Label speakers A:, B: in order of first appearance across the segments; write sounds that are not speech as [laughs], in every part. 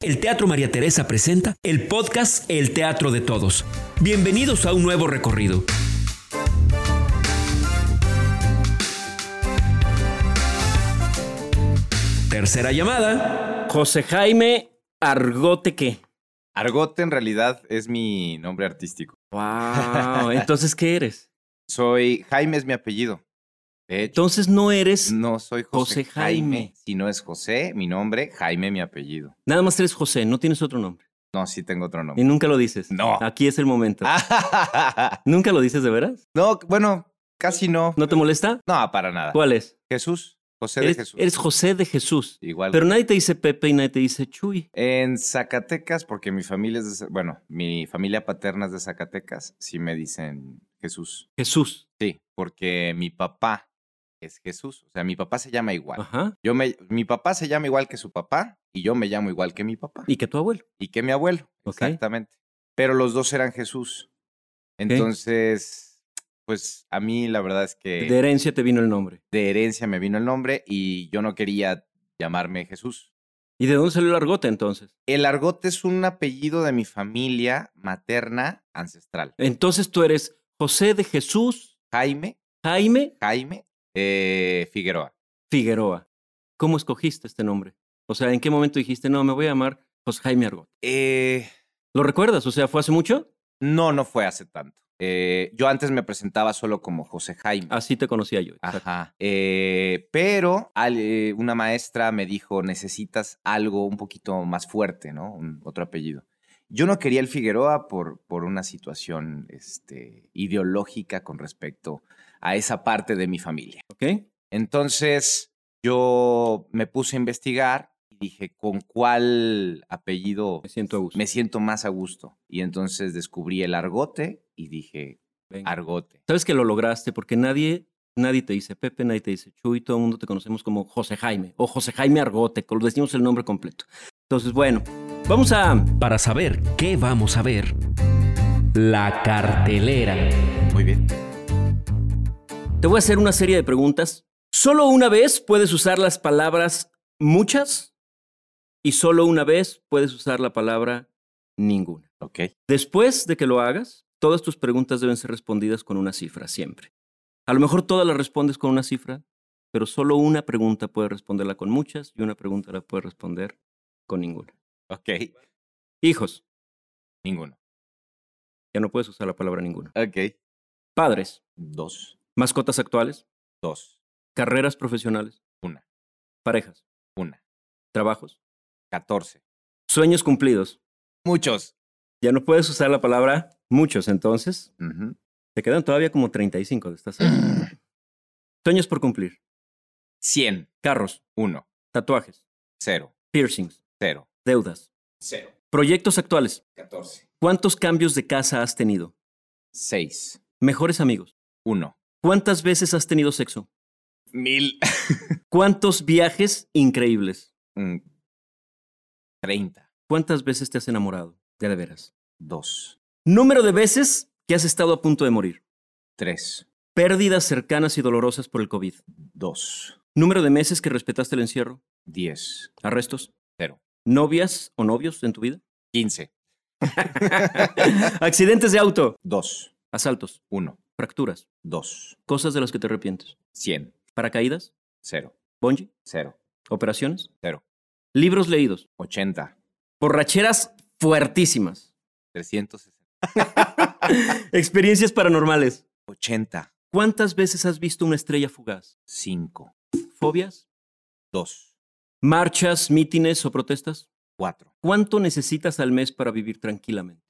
A: El Teatro María Teresa presenta el podcast El Teatro de Todos. Bienvenidos a un nuevo recorrido. Tercera llamada.
B: José Jaime Argoteque.
C: Argote en realidad es mi nombre artístico. [laughs]
B: Wow. Entonces, ¿qué eres?
C: Soy Jaime es mi apellido. De hecho,
B: Entonces no eres.
C: no soy
B: José
C: José,
B: Jaime.
C: Jaime. Si no es José, mi nombre, Jaime mi apellido.
B: Nada más eres José, no tienes otro nombre.
C: No, sí tengo otro
B: Y
C: nombre.
B: nunca lo dices.
C: No. Ah.
B: Aquí es el
C: [laughs]
B: momento. ¿Nunca lo dices de veras?
C: no, bueno, casi no.
B: ¿No te molesta?
C: No, para nada.
B: ¿Cuál es?
C: Jesús, Ah, José de
B: Eres,
C: Jesús.
B: eres José de Jesús.
C: Igual.
B: Pero nadie te dice Pepe y nadie te dice Chuy.
C: En Zacatecas, porque mi familia es de, bueno, mi familia paterna es de Zacatecas, sí me dicen Jesús.
B: Jesús.
C: Sí, porque mi papá es Jesús. O sea, mi papá se llama igual.
B: Ajá.
C: Yo me, mi papá se llama igual que su papá y yo me llamo igual que mi papá
B: Y que tu abuelo.
C: y que mi abuelo.
B: Ok.
C: Exactamente. Pero los dos eran Jesús. Entonces, pues a mí la verdad es que
B: De herencia te vino el nombre.
C: de herencia me vino el nombre y yo no quería llamarme Jesús.
B: ¿Y de dónde salió el argote entonces?
C: El argote es un apellido de mi familia materna ancestral.
B: Entonces tú eres José de Jesús,
C: Jaime,
B: Jaime
C: Jaime eh, Figueroa.
B: Figueroa. ¿Cómo escogiste este nombre? O sea, ¿en qué momento dijiste, no, me voy a llamar José Jaime Argot?
C: Eh,
B: ¿Lo recuerdas? O sea, ¿fue hace mucho?
C: no, no fue hace tanto. Eh, yo antes me presentaba solo como José Jaime.
B: Así te conocía yo. exacto.
C: Ajá. Eh, pero al- eh, una maestra me dijo, necesitas algo un poquito más fuerte, ¿no? Un- otro apellido. Yo no quería el Figueroa por, por una situación este, ideológica con respecto a esa parte de mi familia.
B: ¿Ok?
C: Entonces yo me puse a investigar y dije, ¿con cuál apellido
B: Me siento a gusto.
C: me siento más a gusto? Y entonces descubrí el argote y dije,
B: Venga.
C: argote.
B: Sabes que lo lograste porque nadie, nadie te dice Pepe, nadie te dice Chuy, todo el mundo te conocemos como José Jaime o José Jaime Argote, que lo decimos el nombre completo. Entonces, bueno, vamos a...
A: Para saber qué vamos a ver. La cartelera.
C: Muy bien.
B: Te voy a hacer una serie de preguntas. Solo una vez puedes usar las palabras muchas y solo una vez puedes usar la palabra ninguna.
C: Ok.
B: Después de que lo hagas, todas tus preguntas deben ser respondidas con una cifra, siempre. A lo mejor todas las respondes con una cifra, pero solo una pregunta puedes responderla con muchas y una pregunta la puedes responder con ninguna.
C: Ok.
B: Hijos,
C: Ninguno.
B: ya no puedes usar la palabra ninguna.
C: Ok.
B: Padres,
C: Dos.
B: mascotas actuales,
C: Dos.
B: carreras profesionales.
C: Una.
B: Parejas,
C: Una.
B: trabajos,
C: Catorce.
B: sueños cumplidos.
C: Muchos.
B: Ya no puedes usar la palabra muchos, entonces
C: Ujú.
B: te quedan todavía como 35 de estas. serie. sueños por cumplir,
C: Cien.
B: carros,
C: Uno.
B: tatuajes,
C: Cero.
B: piercings,
C: Cero.
B: deudas.
C: Cero.
B: Proyectos actuales.
C: Catorce.
B: ¿Cuántos cambios de casa has tenido?
C: Seis.
B: Mejores amigos.
C: Uno.
B: ¿Cuántas veces has tenido sexo?
C: Mil. [laughs]
B: ¿Cuántos viajes increíbles?
C: Mm. Treinta.
B: ¿Cuántas veces te has enamorado? Ya de veras.
C: Dos.
B: Número de veces que has estado a punto de morir.
C: Tres.
B: Pérdidas cercanas y dolorosas por el COVID.
C: Dos.
B: Número de meses que respetaste el encierro.
C: Diez.
B: Arrestos.
C: Cero.
B: ¿Novias o novios en tu vida? [laughs]
C: Quince.
B: Accidentes de auto.
C: Dos.
B: Asaltos.
C: Uno.
B: Fracturas.
C: Dos.
B: Cosas de las que te arrepientes.
C: Cien.
B: Paracaídas.
C: Cero.
B: Bungee.
C: Cero.
B: Operaciones.
C: Cero.
B: Libros leídos.
C: Ochenta.
B: Borracheras fuertísimas.
C: Trescientos sesenta.
B: Experiencias paranormales.
C: Ochenta.
B: ¿Cuántas veces has visto una estrella fugaz?
C: Cinco.
B: ¿Fobias?
C: Dos.
B: ¿Marchas, mítines o protestas?
C: Cuatro.
B: ¿Cuánto necesitas al mes para vivir tranquilamente?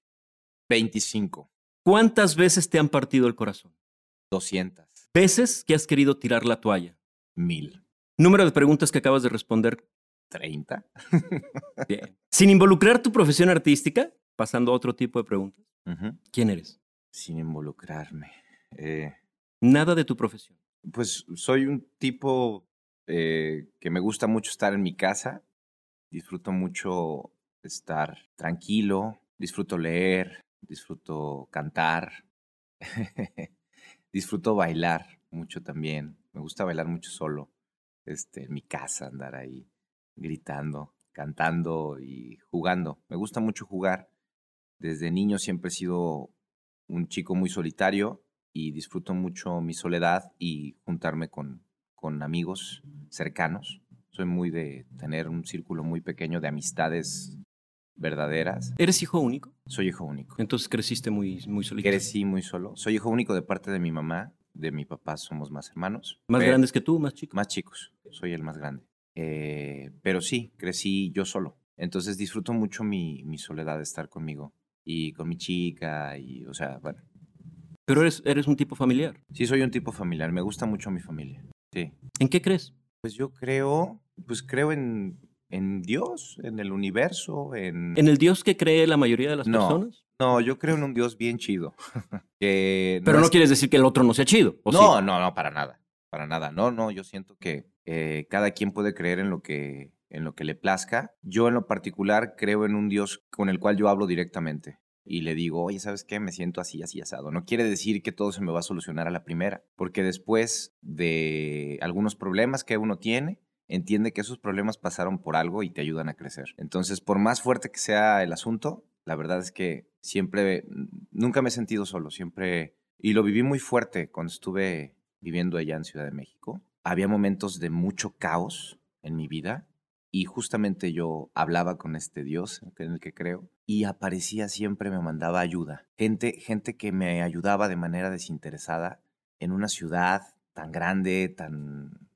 C: Veinticinco.
B: ¿Cuántas veces te han partido el corazón?
C: Doscientas.
B: ¿Veces que has querido tirar la toalla?
C: Mil.
B: Número de preguntas que acabas de responder.
C: Treinta.
B: Bien. Sin involucrar tu profesión artística, pasando a otro tipo de preguntas.
C: Ujú.
B: ¿Quién eres?
C: Sin involucrarme. Eh,
B: Nada de tu profesión.
C: pues soy un tipo eh, que me gusta mucho estar en mi casa. Disfruto mucho estar tranquilo. Disfruto leer. Disfruto cantar. [laughs] disfruto bailar mucho también. Me gusta bailar mucho solo. Este, en mi casa, andar ahí gritando, cantando y jugando. Me gusta mucho jugar. Desde niño siempre he sido un chico muy solitario y disfruto mucho mi soledad y juntarme con, con amigos cercanos. Soy muy de tener un círculo muy pequeño de amistades verdaderas.
B: ¿Eres hijo único?
C: Soy hijo único.
B: Entonces creciste muy, muy solitario.
C: Crecí muy solo. Soy hijo único de parte de mi mamá. De mi papá somos más hermanos.
B: ¿Más
C: pero-
B: grandes que tú, más chico?
C: Más chicos. Soy el más grande. Eh, pero sí, crecí yo solo. Entonces disfruto mucho mi, mi soledad de estar conmigo y con mi chica. Y, o sea, bueno.
B: Pero eres, eres un tipo familiar.
C: Sí, soy un tipo familiar. Me gusta mucho mi familia. Sí.
B: ¿En qué crees?
C: Pues yo creo, pues creo en, en Dios, en el universo, en...
B: ¿En el Dios que cree la mayoría de las
C: No.
B: personas?
C: No, yo creo en un Dios bien chido. [laughs] que
B: Pero no,
C: es-
B: quieres decir que el otro no sea chido. eh, ¿o sí?
C: No, no, no, para nada. Para nada. No, no, yo siento que eh, cada quien puede creer en lo que en lo que le plazca. Yo en lo particular creo en un Dios con el cual yo hablo directamente y le digo, oye, ¿sabes qué? Me siento así, así, asado. No quiere decir que todo se me va a solucionar a la primera, porque después de algunos problemas que uno tiene, entiende que esos problemas pasaron por algo y te ayudan a crecer. Entonces, por más fuerte que sea el asunto, la verdad es que siempre, mm, nunca me he sentido solo, siempre, y lo viví muy fuerte cuando estuve viviendo allá en Ciudad de México. Había momentos de mucho caos en mi vida y justamente yo hablaba con este Dios en el que creo y aparecía siempre, me mandaba ayuda. Gente, gente que me ayudaba de manera desinteresada en una ciudad tan grande, tan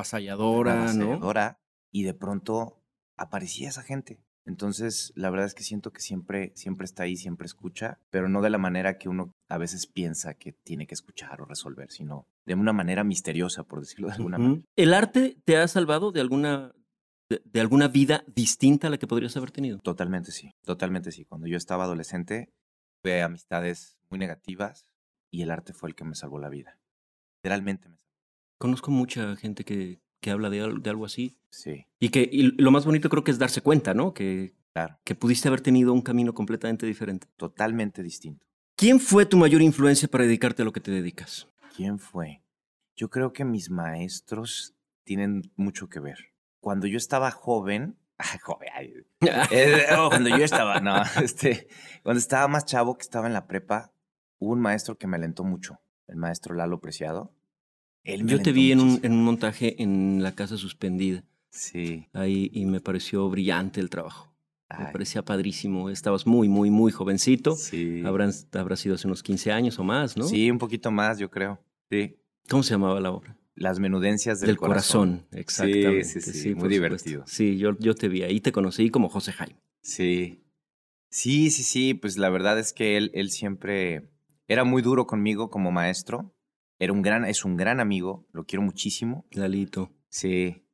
B: Avasalladora, ¿no?
C: avasalladora, y de pronto aparecía esa gente. Entonces, la verdad es que siento que siempre, siempre está ahí, siempre escucha, pero no de la manera que uno a veces piensa que tiene que escuchar o resolver, sino de una manera misteriosa, por decirlo de alguna manera.
B: Ujú. ¿El arte te ha salvado de alguna, de, de alguna vida distinta a la que podrías haber tenido?
C: Totalmente sí, totalmente sí. Cuando yo estaba adolescente, tuve amistades muy negativas y el arte fue el que me salvó la vida. Literalmente me salvó.
B: Conozco mucha gente que, que habla de, al- de algo así.
C: Sí,
B: Y que y lo más bonito creo que es darse cuenta, ¿no? Que,
C: claro,
B: que pudiste haber tenido un camino completamente diferente.
C: totalmente distinto.
B: ¿Quién fue tu mayor influencia para dedicarte a lo que te dedicas?
C: ¿Quién fue? Yo creo que mis maestros tienen mucho que ver. Cuando yo estaba joven, [laughs] ay, joven, ay, eh, oh, cuando yo estaba, no, [laughs] este, cuando estaba más chavo que estaba en la prepa, hubo un maestro que me alentó mucho, el maestro Lalo Preciado. Él me
B: Yo te
C: alentó
B: vi en un,
C: muchísimo.
B: en un montaje en la casa suspendida
C: Sí.
B: ahí y me pareció brillante el trabajo. Me
C: ay,
B: parecía padrísimo. Estabas muy, muy, muy jovencito.
C: sí.
B: Habrán, habrá sido hace unos 15 años o más, ¿no?
C: Sí, un poquito más, yo creo. Sí.
B: ¿Cómo se llamaba la obra?
C: Las menudencias del,
B: Del corazón, exactamente.
C: sí, sí, muy
B: por supuesto.
C: divertido.
B: Sí, yo, yo te vi ahí, te conocí como José Jaime.
C: Sí. Sí, sí, sí, pues la verdad es que él, él siempre era muy duro conmigo como maestro. Era un gran, es un gran amigo, lo quiero muchísimo.
B: Lalito.
C: Sí.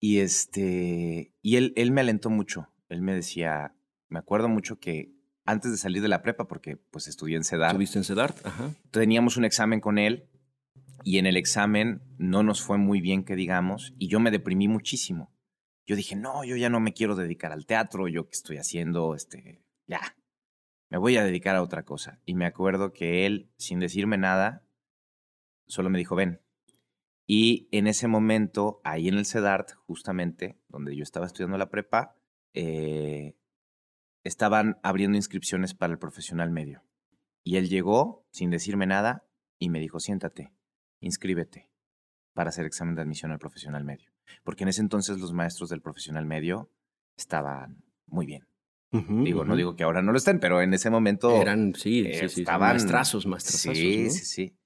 C: Y este, y él, él me alentó mucho. Él me decía, me acuerdo mucho que antes de salir de la prepa, porque pues estudié en CEDAR,
B: ¿Tuviste en Sedart? Ajá.
C: teníamos un examen con él y en el examen no nos fue muy bien, que digamos, y yo me deprimí muchísimo. Yo dije, no, yo ya no me quiero dedicar al teatro, yo qué estoy haciendo, este, ya, me voy a dedicar a otra cosa. Y me acuerdo que él, sin decirme nada, solo me dijo, ven. Y en ese momento, ahí en el CEDART, justamente, donde yo estaba estudiando la prepa, eh, estaban abriendo inscripciones para el profesional medio. Y él llegó sin decirme nada y me dijo, siéntate, inscríbete para hacer examen de admisión al profesional medio. Porque en ese entonces los maestros del profesional medio estaban muy bien.
B: Ujú,
C: Digo, no
B: Mm, ujú.
C: digo que ahora no lo estén, pero en ese momento...
B: Eran, sí,
C: eh,
B: sí, sí,
C: estaban-
B: maestrazos, maestrazos.
C: Sí,
B: ¿no?
C: sí, sí.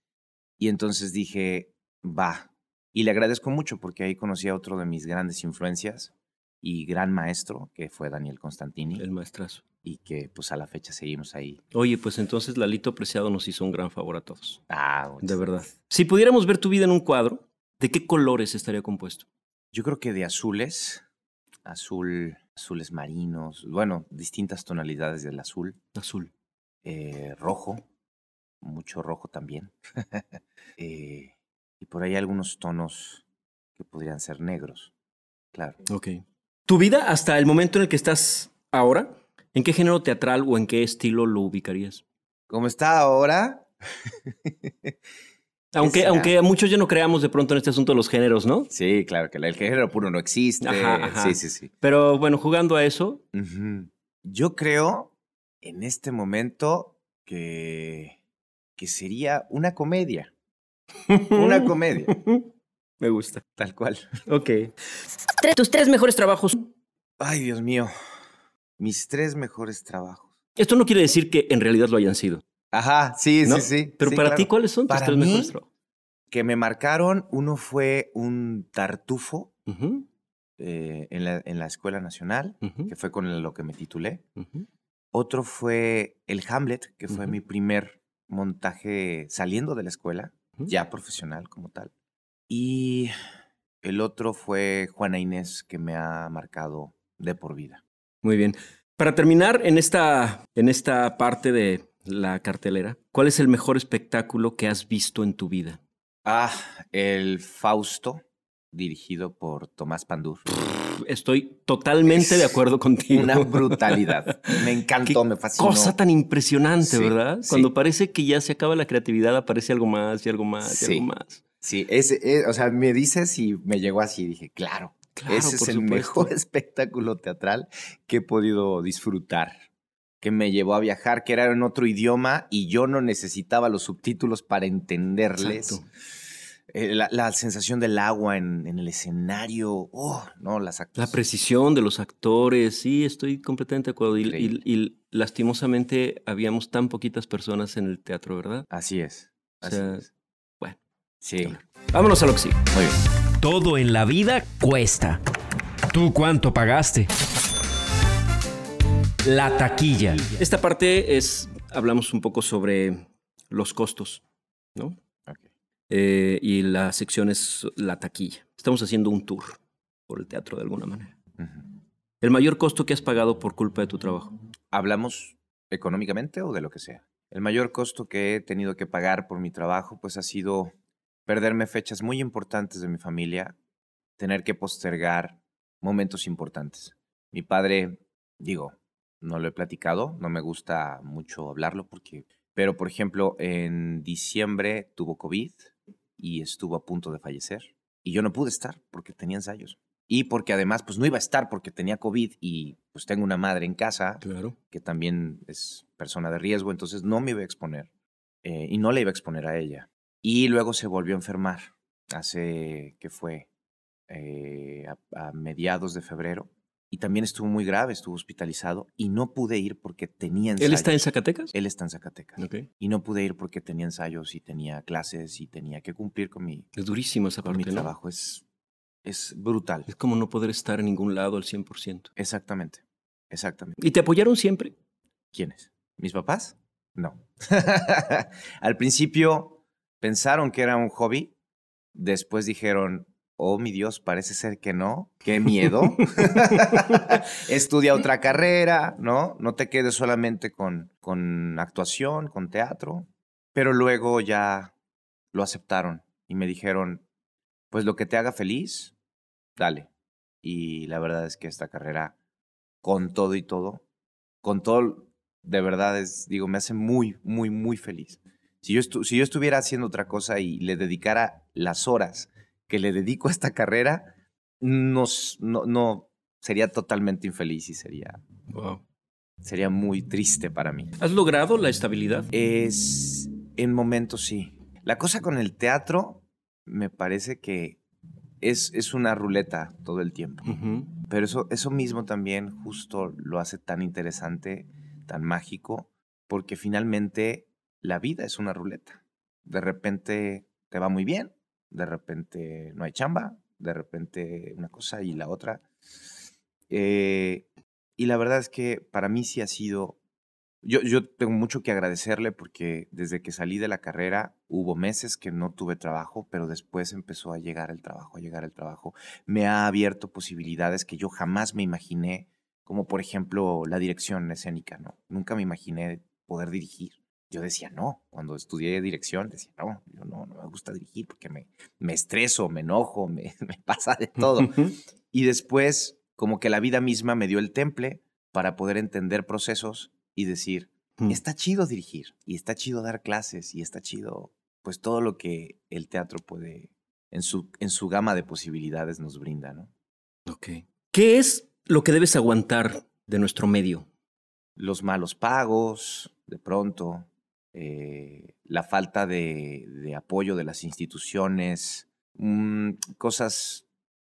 C: Y entonces dije, va. Y le agradezco mucho porque ahí conocí a otro de mis grandes influencias y gran maestro, que fue Daniel Constantini,
B: El maestrazo.
C: y que pues a la fecha seguimos ahí.
B: Oye, pues entonces Lalito Preciado nos hizo un gran favor a todos.
C: Ah,
B: De
C: muchas-
B: verdad. Si pudiéramos ver tu vida en un cuadro, ¿de qué colores estaría compuesto?
C: Yo creo que de azules, azul, azules marinos, bueno, distintas tonalidades del azul,
B: Azul.
C: eh, rojo, mucho rojo también, [laughs] eh, y por ahí algunos tonos que podrían ser negros, claro.
B: Ok. ¿Tu vida hasta el momento en el que estás ahora? ¿En qué género teatral o en qué estilo lo ubicarías?
C: Como está ahora,
B: Aunque,
C: Exacto.
B: aunque muchos ya no creamos de pronto en este asunto de los géneros, ¿no?
C: Sí, claro, que el género puro no existe.
B: Ajá, ajá.
C: Sí, sí, sí.
B: Pero bueno, jugando a eso,
C: Ujú. Yo creo en este momento que, que sería una comedia. [laughs]
B: [laughs]
C: Una comedia,
B: me gusta.
C: tal cual.
B: Ok.
D: Tres- tus tres mejores trabajos.
C: Ay, Dios mío. Mis tres mejores trabajos.
B: Esto no quiere decir que en realidad lo hayan sido.
C: Ajá, sí,
B: ¿no?
C: sí, sí.
B: Pero
C: sí,
B: para ti,
C: claro.
B: ¿cuáles son tus
C: Para
B: tres
C: mí-
B: mejores trabajos?
C: Que me marcaron, uno fue un tartufo
B: Ujú,
C: eh, en, la, en la Escuela Nacional,
B: ujú,
C: que fue con lo que me titulé.
B: ujú.
C: Otro fue el Hamlet, que fue
B: Ujú.
C: mi primer montaje saliendo de la escuela,
B: Ujú.
C: ya profesional como tal. Y el otro fue Juana Inés, que me ha marcado de por vida.
B: Muy bien. Para terminar en esta, en esta parte de la cartelera, ¿cuál es el mejor espectáculo que has visto en tu vida?
C: Ah, el Fausto, dirigido por
B: [laughs]
C: Tomás Pandur.
B: Estoy totalmente de acuerdo contigo.
C: Una brutalidad. Me encantó, me fascinó.
B: [laughs] Cosa tan impresionante,
C: Sí,
B: ¿verdad?
C: sí.
B: Cuando parece que ya se acaba la creatividad, aparece algo más y algo más y
C: Sí.
B: algo más.
C: Sí, ese, eh, o sea, me dices y me llegó así, dije, claro,
B: Claro,
C: ese es
B: por
C: el
B: supuesto.
C: mejor [laughs] espectáculo teatral que he podido disfrutar, que me llevó a viajar, que era en otro idioma y yo no necesitaba los subtítulos para entenderles.
B: Exacto.
C: Eh, la, la sensación del agua en, en el escenario, oh, no, las
B: La
C: actuaciones.
B: precisión de los actores, sí, estoy completamente de acuerdo. Y,
C: Increíble.
B: y- y lastimosamente habíamos tan poquitas personas en el teatro, ¿verdad?
C: Así es,
B: O
C: así
B: sea,
C: es.
B: bueno.
C: Sí,
B: Vámonos a lo que sigue.
C: muy bien.
A: Todo en la vida cuesta. ¿Tú cuánto pagaste? La taquilla.
B: Esta parte es, hablamos un poco sobre los costos, ¿no?
C: Ok.
B: Eh, y la sección es la taquilla. Estamos haciendo un tour por el teatro de alguna manera.
C: Ujú.
B: El mayor costo que has pagado por culpa de tu trabajo.
C: ¿Hablamos económicamente o de lo que sea? El mayor costo que he tenido que pagar por mi trabajo, pues ha sido perderme fechas muy importantes de mi familia, tener que postergar momentos importantes. Mi padre, digo, no lo he platicado, no me gusta mucho hablarlo porque, pero por ejemplo, en diciembre tuvo COVID y estuvo a punto de fallecer y yo no pude estar porque tenía ensayos y porque además pues no iba a estar porque tenía COVID y pues tengo una madre en casa
B: Claro.
C: que también es persona de riesgo, entonces no me iba a exponer eh, y no le iba a exponer a ella. Y luego se volvió a enfermar hace que fue Eh, a, a mediados de febrero y también estuvo muy grave, estuvo hospitalizado y no pude ir porque tenía ensayos.
B: ¿Él está en Zacatecas?
C: Él está en Zacatecas.
B: Ok.
C: Y no pude ir porque tenía ensayos y tenía clases y tenía que cumplir con mi,
B: Es durísimo esa
C: con
B: parte,
C: mi
B: ¿no?
C: trabajo. Es, es brutal.
B: Es como no poder estar en ningún lado al 100%.
C: Exactamente. Exactamente.
B: ¿Y te apoyaron siempre?
C: ¿Quiénes? ¿Mis papás? No. [laughs] Al principio pensaron que era un hobby, después dijeron, oh mi Dios, parece ser que no, qué miedo. [laughs] Estudia otra carrera, ¿no? No te quedes solamente con, con actuación, con teatro. Pero luego ya lo aceptaron y me dijeron, pues lo que te haga feliz, dale. Y la verdad es que esta carrera, con todo y todo, con todo, de verdad es, digo, me hace muy, muy, muy feliz. Si yo, estu- si yo estuviera haciendo otra cosa y le dedicara las horas que le dedico a esta carrera, no, s- no, no sería totalmente infeliz y sería,
B: Wow.
C: sería muy triste para mí.
B: ¿Has logrado la estabilidad?
C: Es en momentos sí. La cosa con el teatro me parece que es, es una ruleta todo el tiempo.
B: Ujú.
C: Pero eso, eso mismo también justo lo hace tan interesante, tan mágico, porque finalmente la vida es una ruleta. De repente te va muy bien, de repente no hay chamba, de repente una cosa y la otra. Eh, y la verdad es que para mí sí ha sido... Yo, yo tengo mucho que agradecerle porque desde que salí de la carrera hubo meses que no tuve trabajo, pero después empezó a llegar el trabajo, a llegar el trabajo me ha abierto posibilidades que yo jamás me imaginé, como por ejemplo la dirección escénica, ¿no? Nunca me imaginé poder dirigir. Yo decía, no, cuando estudié dirección, decía, no, yo no, no me gusta dirigir porque me, me estreso, me enojo, me, [laughs] me pasa de todo.
B: Ujú.
C: Y después, como que la vida misma me dio el temple para poder entender procesos y decir,
B: Mm.
C: está chido dirigir, y está chido dar clases, y está chido pues todo lo que el teatro puede, en su, en su gama de posibilidades nos brinda, ¿no?
B: Ok. ¿Qué es lo que debes aguantar de nuestro medio?
C: Los malos pagos, de pronto, eh, la falta de, de apoyo de las instituciones, mm, cosas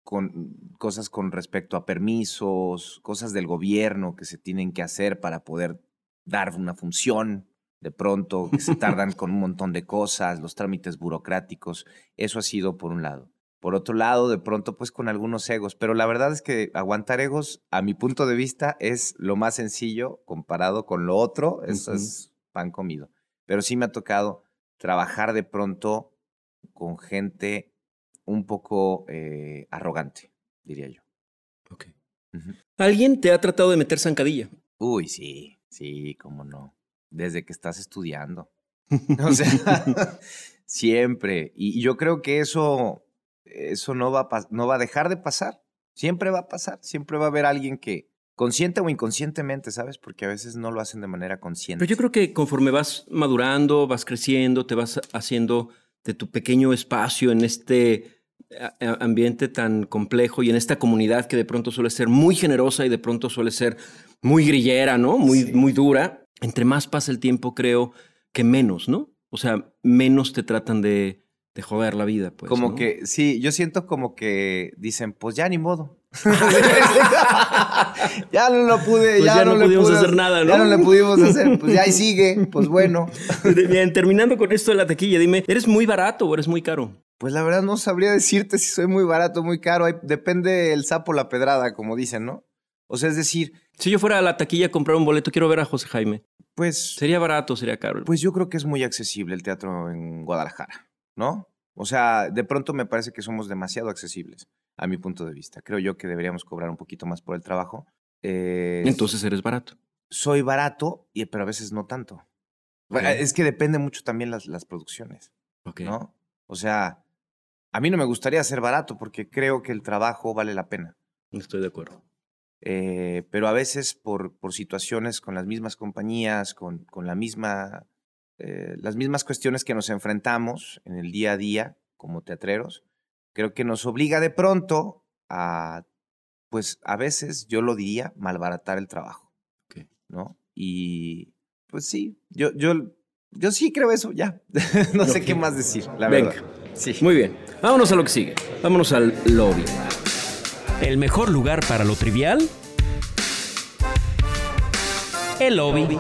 C: con cosas con respecto a permisos, cosas del gobierno que se tienen que hacer para poder dar una función, de pronto que se tardan con un montón de cosas, los trámites burocráticos, eso ha sido por un lado. Por otro lado, de pronto pues con algunos egos, pero la verdad es que aguantar egos, a mi punto de vista, es lo más sencillo comparado con lo otro, eso
B: Ujú.
C: es pan comido. Pero sí me ha tocado trabajar de pronto con gente un poco eh, arrogante, diría yo.
B: Ok.
C: Ujú.
B: ¿Alguien te ha tratado de meter zancadilla?
C: Uy, sí, sí, cómo no. Desde que estás estudiando. [laughs]
B: [laughs]
C: O sea, siempre. Y y yo creo que eso, eso no, va a pas- no va a dejar de pasar. Siempre va a pasar. Siempre va a haber alguien que, consciente o inconscientemente, ¿sabes? Porque a veces no lo hacen de manera consciente.
B: Pero yo creo que conforme vas madurando, vas creciendo, te vas haciendo de tu pequeño espacio en este a- a- ambiente tan complejo y en esta comunidad que de pronto suele ser muy generosa y de pronto suele ser muy grillera, ¿no? Muy,
C: Sí.
B: muy dura. Entre más pasa el tiempo, creo que menos, ¿no? O sea, menos te tratan de, de joder la vida, pues.
C: como
B: ¿no? [laughs]
C: que, sí, yo siento como que dicen, pues ya
B: [laughs]
C: ni modo. [laughs] ya no lo pude,
B: Pues ya
C: no,
B: no
C: le
B: pudimos
C: pude-
B: hacer nada, ¿no?
C: Ya no le pudimos hacer, pues ya
B: [laughs]
C: ahí sigue, pues bueno.
B: Bien, terminando con esto de la taquilla, dime, ¿eres muy barato o eres muy caro?
C: Pues la verdad no sabría decirte si soy muy barato, muy caro. Ahí depende el sapo la pedrada, como dicen, ¿no? O sea, es decir,
B: Si yo fuera a la taquilla a comprar un boleto, quiero ver a José Jaime.
C: pues,
B: ¿Sería barato o sería caro?
C: pues yo creo que es muy accesible el teatro en Guadalajara, ¿no? O sea, de pronto me parece que somos demasiado accesibles, a mi punto de vista. Creo yo que deberíamos cobrar un poquito más por el trabajo. Eh,
B: Entonces eres barato.
C: soy barato, y, pero a veces no tanto. Bueno,
B: Ok.
C: Es que depende mucho también las, las producciones.
B: Ok.
C: ¿no? O sea, a mí no me gustaría ser barato porque creo que el trabajo vale la pena.
B: Estoy de acuerdo.
C: Eh, pero a veces por, por situaciones con las mismas compañías, con, con la misma, eh, las mismas cuestiones que nos enfrentamos en el día a día como teatreros, creo que nos obliga de pronto a, pues a veces yo lo diría, malbaratar el trabajo,
B: Ok.
C: ¿no? Y pues sí, yo, yo, yo sí creo eso, ya. [laughs] no sé qué
B: Ok.
C: más decir, la
B: Venga.
C: verdad. Sí.
B: Muy bien. Vámonos a lo que sigue. Vámonos al lobby.
A: El mejor lugar para lo trivial. El lobby.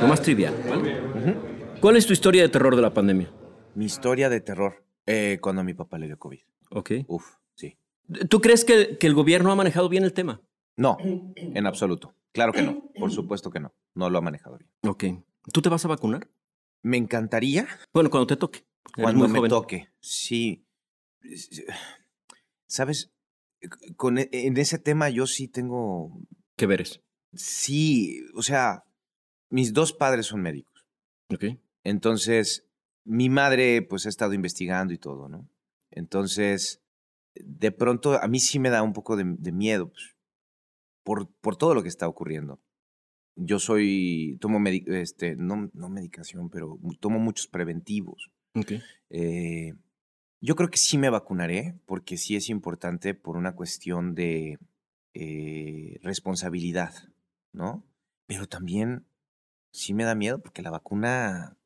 B: Lo más trivial. ¿vale? ¿Cuál es tu historia de terror de la pandemia?
C: Mi historia de terror, eh, cuando a mi papá le dio COVID.
B: Ok.
C: Uf, sí.
B: ¿Tú crees que, que el gobierno ha manejado bien el tema?
C: No, en absoluto. Claro que no. Por supuesto que no. No lo ha manejado bien.
B: Ok. ¿Tú te vas a vacunar?
C: Me encantaría
B: Bueno, cuando te toque. Eres
C: cuando
B: muy
C: me
B: joven.
C: toque. Sí. Es- es- ¿Sabes? Con, e- en ese tema yo sí tengo.
B: ¿Qué veres?
C: Sí, o sea, mis dos padres son médicos.
B: Ok.
C: Entonces, mi madre pues ha estado investigando y todo, ¿no? Entonces, de pronto a mí sí me da un poco de, de miedo pues, por, por todo lo que está ocurriendo. Yo soy, tomo, medi- este, no, no medicación, pero mu- tomo muchos preventivos.
B: Ok.
C: Eh, yo creo que sí me vacunaré porque sí es importante por una cuestión de eh, responsabilidad, ¿no? Pero también sí me da miedo porque la vacuna,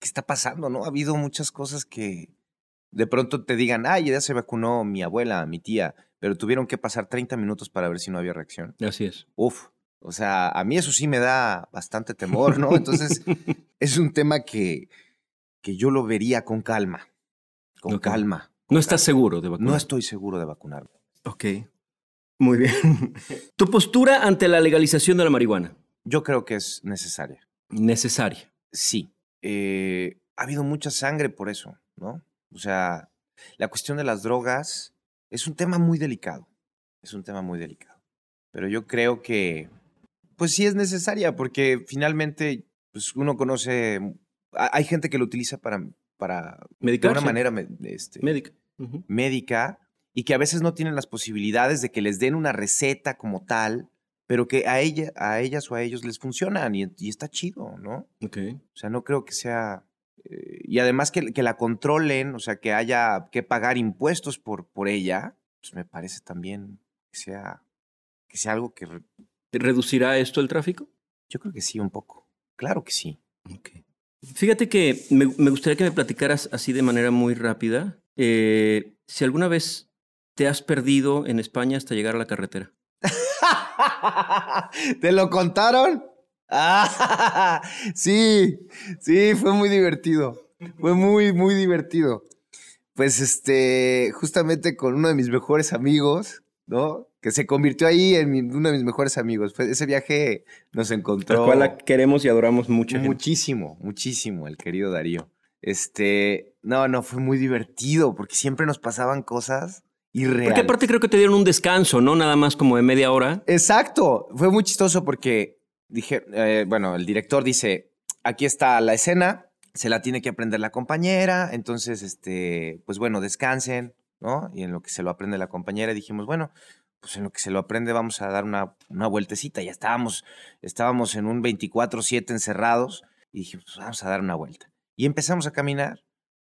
C: ¿qué está pasando, no? Ha habido muchas cosas que de pronto te digan, ay, ya se vacunó mi abuela, mi tía, pero tuvieron que pasar 30 minutos para ver si no había reacción.
B: Así es.
C: Uf, o sea, a mí eso sí me da bastante temor, ¿no? Entonces, es un tema que, que yo lo vería con calma, con
B: Ok.
C: calma.
B: No estás seguro de
C: No
B: vacunar.
C: estoy seguro de vacunarme.
B: Ok. Muy bien. [laughs] ¿Tu postura ante la legalización de la marihuana?
C: Yo creo que es necesaria.
B: Necesaria.
C: Sí, eh, ha habido mucha sangre por eso, ¿no? O sea, la cuestión de las drogas es un tema muy delicado, es un tema muy delicado. Pero yo creo que, pues sí es necesaria, porque finalmente, pues uno conoce, ha- hay gente que lo utiliza para, mm, para de
B: Medicarse.
C: una manera me- este,
B: Médica. Ujú.
C: médica y que a veces no tienen las posibilidades de que les den una receta como tal, pero que a, ella, a ellas o a ellos les funcionan y, y está chido, ¿no?
B: Ok.
C: O sea, no creo que sea eh, y además que, que la controlen, o sea, que haya que pagar impuestos por, por ella, pues me parece también que sea, que sea algo que... re-
B: ¿Reducirá esto el tráfico?
C: Yo creo que sí, un poco. Claro que sí.
B: Ok. Fíjate que me, me gustaría que me platicaras así de manera muy rápida. eh, si alguna vez te has perdido en España hasta llegar a la carretera.
C: ¿Te lo contaron? Ah, sí, sí, fue muy divertido. Fue muy, muy divertido. Pues este, justamente con uno de mis mejores amigos, ¿no? Que se convirtió ahí en mi- uno de mis mejores amigos. Fue- ese viaje nos encontró
B: queremos y adoramos mucho.
C: muchísimo, muchísimo, el querido Darío. Este, no, no, fue muy divertido porque siempre nos pasaban cosas irreales.
B: Porque aparte creo que te dieron un descanso, ¿no? Nada más como de media hora.
C: Exacto. Fue muy chistoso porque dije, eh, bueno, el director dice, aquí está la escena, se la tiene que aprender la compañera, entonces, este, pues bueno, descansen, ¿no? Y en lo que se lo aprende la compañera dijimos, bueno, pues en lo que se lo aprende vamos a dar una, una vueltecita. Ya estábamos, estábamos en un 24/7 encerrados y dijimos, "Pues vamos a dar una vuelta. Y empezamos a caminar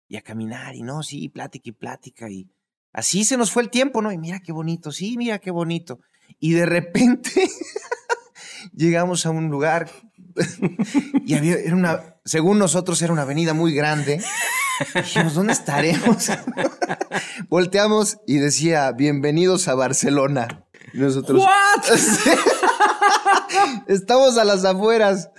C: y a caminar y no, sí, plática y plática y así se nos fue el tiempo, ¿no? Y mira qué bonito, sí, mira qué bonito. Y de repente [laughs] llegamos a un lugar [laughs] y había, era una, según nosotros era una avenida muy grande. Dijimos, ¿dónde estaremos? [laughs] Volteamos y decía, bienvenidos a Barcelona. Y nosotros, [laughs] Estamos a las afueras.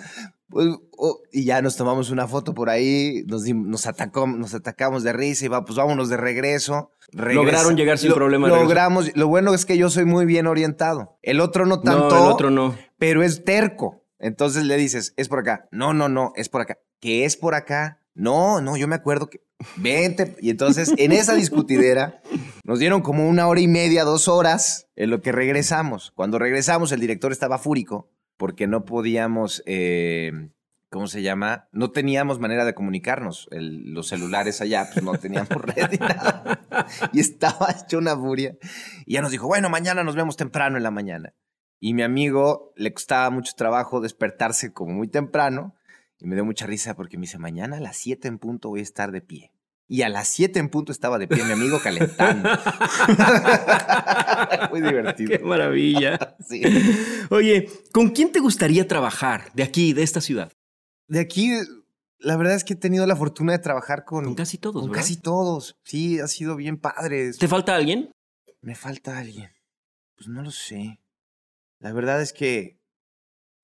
C: Pues, oh, y ya nos tomamos una foto por ahí, nos, dim- nos, atacó- nos atacamos de risa y va, pues vámonos de regreso. Regresa-
B: Lograron llegar sin problema de
C: Logramos. Lo bueno es que yo soy muy bien orientado. El otro no tanto,
B: No, el otro [laughs] no.
C: pero es terco. Entonces le dices, es por acá. No, no, no, es por acá. ¿Qué es por acá? No, no, yo me acuerdo que. Vente. Y entonces en esa discutidera nos dieron como una hora y media, dos horas en lo que regresamos. Cuando regresamos, el director estaba fúrico porque no podíamos, eh, ¿cómo se llama? No teníamos manera de comunicarnos. El- los celulares allá, pues no teníamos [laughs] red ni nada. Y estaba hecho una furia. Y ya nos dijo, bueno, mañana nos vemos temprano en la mañana. Y mi amigo le costaba mucho trabajo despertarse como muy temprano. Y me dio mucha risa porque me dice, mañana a las 7 en punto voy a estar de pie. Y a las 7 en punto estaba de pie mi amigo calentando. [laughs] muy
B: Qué
C: divertido.
B: maravilla.
C: Sí.
B: Oye, ¿con quién te gustaría trabajar de aquí, de esta ciudad?
C: De aquí, la verdad es que he tenido la fortuna de trabajar con,
B: Con casi todos,
C: Mm, con
B: ¿verdad?
C: casi todos. Sí, ha sido bien padre.
B: ¿Te falta alguien?
C: Me falta alguien. Pues no lo sé. La verdad es que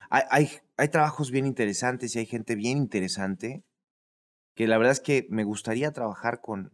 C: hay, hay, hay trabajos bien interesantes y hay gente bien interesante que la verdad es que me gustaría trabajar con,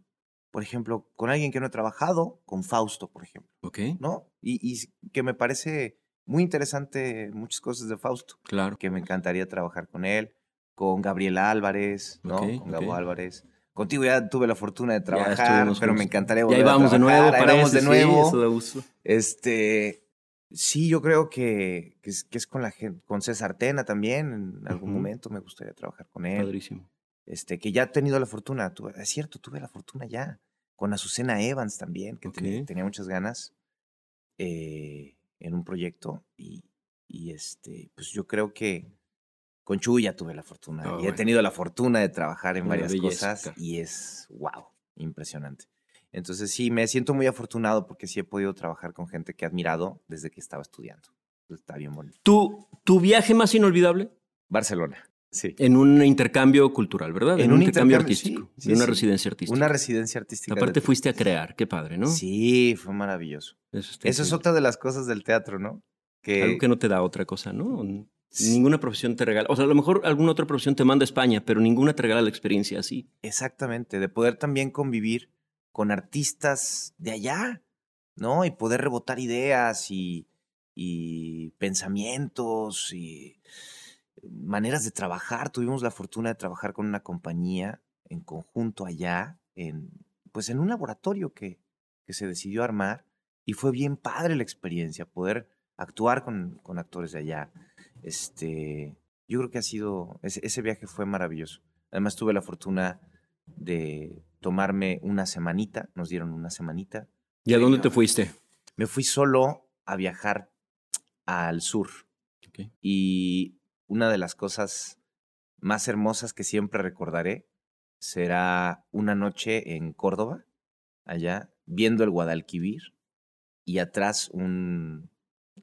C: por ejemplo, con alguien que no he trabajado, con Fausto, por ejemplo,
B: Ok,
C: ¿no? Y, y que me parece muy interesante muchas cosas de Fausto
B: claro.
C: que me encantaría trabajar con él, con Gabriela Álvarez, ¿no?
B: Ok,
C: con Gabo
B: ok.
C: Álvarez. Contigo ya tuve la fortuna de
B: Ya
C: trabajar,
B: estuvimos
C: pero me
B: juntos.
C: encantaría
B: Y
C: volver
B: ahí vamos
C: a
B: de nuevo,
C: trabajar, ahí vamos
B: parece,
C: de nuevo.
B: Sí, eso da gusto.
C: Este, sí, yo creo que, que, es, que es con la gente, con César Tena también, en algún
B: Ujú.
C: momento me gustaría trabajar con él.
B: Padrísimo.
C: Este, que ya he tenido la fortuna, tuve- es cierto, tuve la fortuna ya, con Azucena Evans también, que tenía,
B: Ok.
C: tenía muchas ganas eh, en un proyecto y, y, este, pues yo creo que con Chuy ya tuve la fortuna
B: Ah,
C: y he
B: bueno.
C: tenido la fortuna de trabajar en
B: Una
C: varias
B: belleza,
C: cosas
B: claro.
C: y es, wow, impresionante. Entonces sí, me siento muy afortunado porque sí he podido trabajar con gente que he admirado desde que estaba estudiando. Entonces, Está bien bonito.
B: ¿Tu, tu viaje más inolvidable?
C: Barcelona. Sí.
B: En un intercambio cultural, ¿verdad?
C: En
B: En,
C: un
B: un intercambio,
C: intercambio, sí,
B: artístico.
C: sí,
B: en una
C: sí.
B: residencia artística.
C: Una residencia artística. de
B: Aparte
C: teatro.
B: fuiste a crear, qué padre, ¿no?
C: Sí, fue maravilloso.
B: Eso, está
C: Eso es
B: increíble.
C: otra de las cosas del teatro, ¿no? Que,
B: Algo que no te da otra cosa, ¿no? Ninguna profesión te regala. O sea, a lo mejor alguna otra profesión te manda a España, pero ninguna te regala la experiencia así.
C: Exactamente, de poder también convivir con artistas de allá, ¿no? Y poder rebotar ideas y, y pensamientos y maneras de trabajar. Tuvimos la fortuna de trabajar con una compañía en conjunto allá, en, pues en un laboratorio que, que se decidió armar y fue bien padre la experiencia, poder actuar con, con actores de allá. Este, yo creo que ha sido, ese, ese viaje fue maravilloso. Además tuve la fortuna de tomarme una semanita, nos dieron una semanita.
B: ¿Y a dónde te
C: Venga.
B: fuiste?
C: Me fui solo a viajar al sur
B: Ok.
C: y una de las cosas más hermosas que siempre recordaré será una noche en Córdoba, allá, viendo el Guadalquivir y atrás un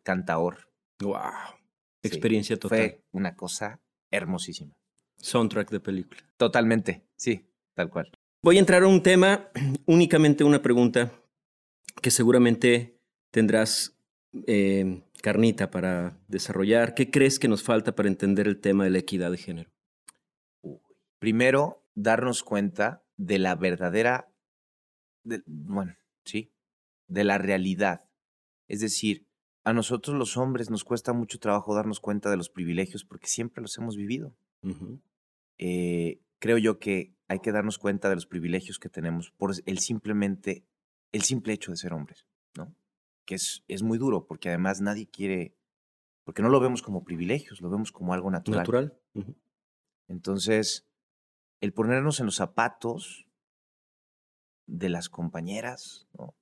C: cantaor.
B: ¡Wow! Experiencia
C: Sí,
B: total.
C: Fue una cosa hermosísima.
B: Soundtrack de película.
C: Totalmente, sí, tal cual.
B: Voy a entrar a un tema, [clears throat] únicamente una pregunta que seguramente tendrás eh, carnita para desarrollar. ¿Qué crees que nos falta para entender el tema de la equidad de género?
C: Primero, darnos cuenta de la verdadera, de- bueno, sí, de la realidad. Es decir, a nosotros los hombres nos cuesta mucho trabajo darnos cuenta de los privilegios porque siempre los hemos vivido.
B: Ujú.
C: eh, creo yo que hay que darnos cuenta de los privilegios que tenemos por el simplemente, el simple hecho de ser hombres, ¿no? Que es, es muy duro, porque además nadie quiere, porque no lo vemos como privilegios, lo vemos como algo natural.
B: ¿Natural? Ujú.
C: Entonces, el ponernos en los zapatos de las compañeras, ¿no?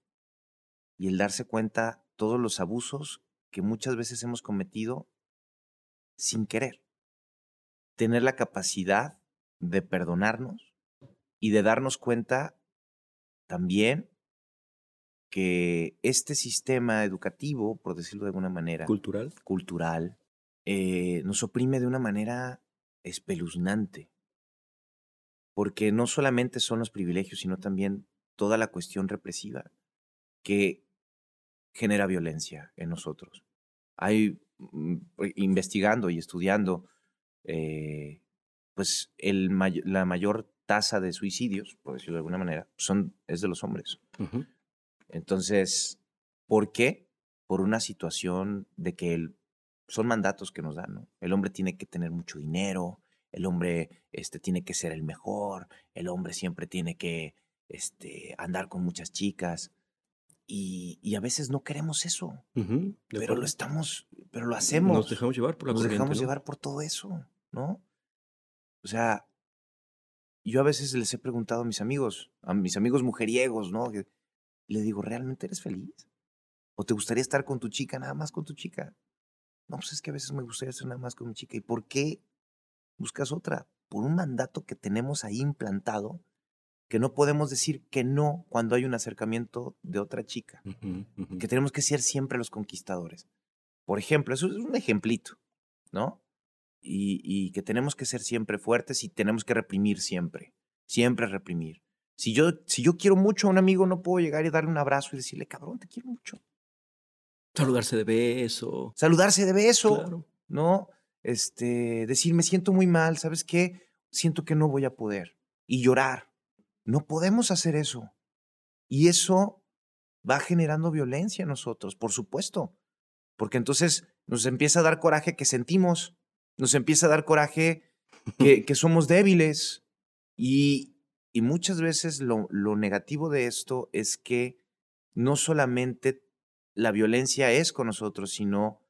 C: Y el darse cuenta todos los abusos que muchas veces hemos cometido sin querer. Tener la capacidad de perdonarnos y de darnos cuenta también que este sistema educativo, por decirlo de alguna manera,
B: ¿Cultural?
C: cultural eh, nos oprime de una manera espeluznante. Porque no solamente son los privilegios, sino también toda la cuestión represiva que genera violencia en nosotros. Hay, mm, eh, investigando y estudiando, eh, pues el may- la mayor tasa de suicidios, por decirlo de alguna manera, son, es de los hombres.
B: Ujú.
C: Entonces, ¿por qué? Por una situación de que el- son mandatos que nos dan, ¿no? El hombre tiene que tener mucho dinero, el hombre este, tiene que ser el mejor, el hombre siempre tiene que este, andar con muchas chicas. Y, y a veces no queremos eso,
B: Ujú. De
C: pero
B: acuerdo.
C: lo estamos, pero lo hacemos.
B: Nos dejamos llevar por la
C: Nos
B: corriente,
C: dejamos
B: ¿no?
C: llevar por todo eso, ¿no? O sea, yo a veces les he preguntado a mis amigos, a mis amigos mujeriegos, ¿no? Que- Le digo, ¿realmente eres feliz? ¿O te gustaría estar con tu chica, nada más con tu chica? No, pues es que a veces me gustaría estar nada más con mi chica. ¿Y por qué buscas otra? Por un mandato que tenemos ahí implantado, que no podemos decir que no cuando hay un acercamiento de otra chica
B: Ujú, ujú.
C: que tenemos que ser siempre los conquistadores. Por ejemplo, eso es un ejemplito, ¿no? Y, y que tenemos que ser siempre fuertes y tenemos que reprimir siempre, siempre reprimir. Si yo, si yo quiero mucho a un amigo, no puedo llegar y darle un abrazo y decirle, cabrón, te quiero mucho.
B: Saludarse de beso.
C: Saludarse de beso,
B: Claro.
C: ¿no? Este, decir, me siento muy mal, ¿sabes qué? Siento que no voy a poder. Y llorar. No podemos hacer eso. Y eso va generando violencia en nosotros, por supuesto. Porque entonces nos empieza a dar coraje que sentimos, nos empieza a dar coraje que, que somos débiles. Y, y muchas veces lo, lo negativo de esto es que no solamente la violencia es con nosotros, sino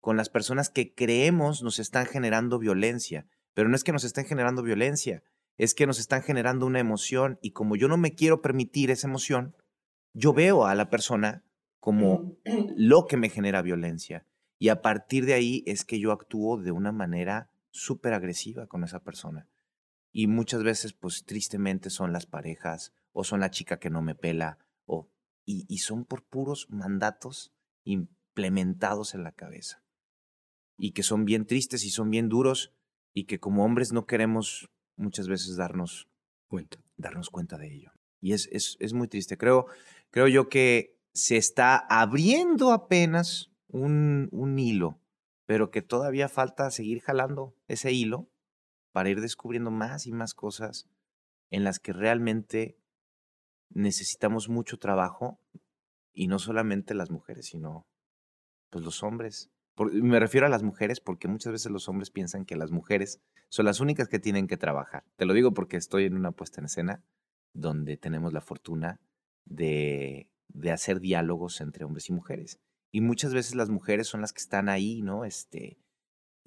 C: con las personas que creemos nos están generando violencia. Pero no es que nos estén generando violencia, es que nos están generando una emoción y como yo no me quiero permitir esa emoción, yo veo a la persona como lo que me genera violencia. Y a partir de ahí es que yo actúo de una manera súper agresiva con esa persona. Y muchas veces, pues tristemente son las parejas o son la chica que no me pela o, y, y son por puros mandatos implementados en la cabeza y que son bien tristes y son bien duros y que como hombres no queremos muchas veces darnos,
B: Cuenta.
C: darnos cuenta de ello. Y es, es, es muy triste. Creo, creo yo que se está abriendo apenas un, un hilo, pero que todavía falta seguir jalando ese hilo para ir descubriendo más y más cosas en las que realmente necesitamos mucho trabajo y no solamente las mujeres, sino pues los hombres. Por- me refiero a las mujeres porque muchas veces los hombres piensan que las mujeres son las únicas que tienen que trabajar. Te lo digo porque estoy en una puesta en escena donde tenemos la fortuna de, de hacer diálogos entre hombres y mujeres. Y muchas veces las mujeres son las que están ahí, ¿no? Este,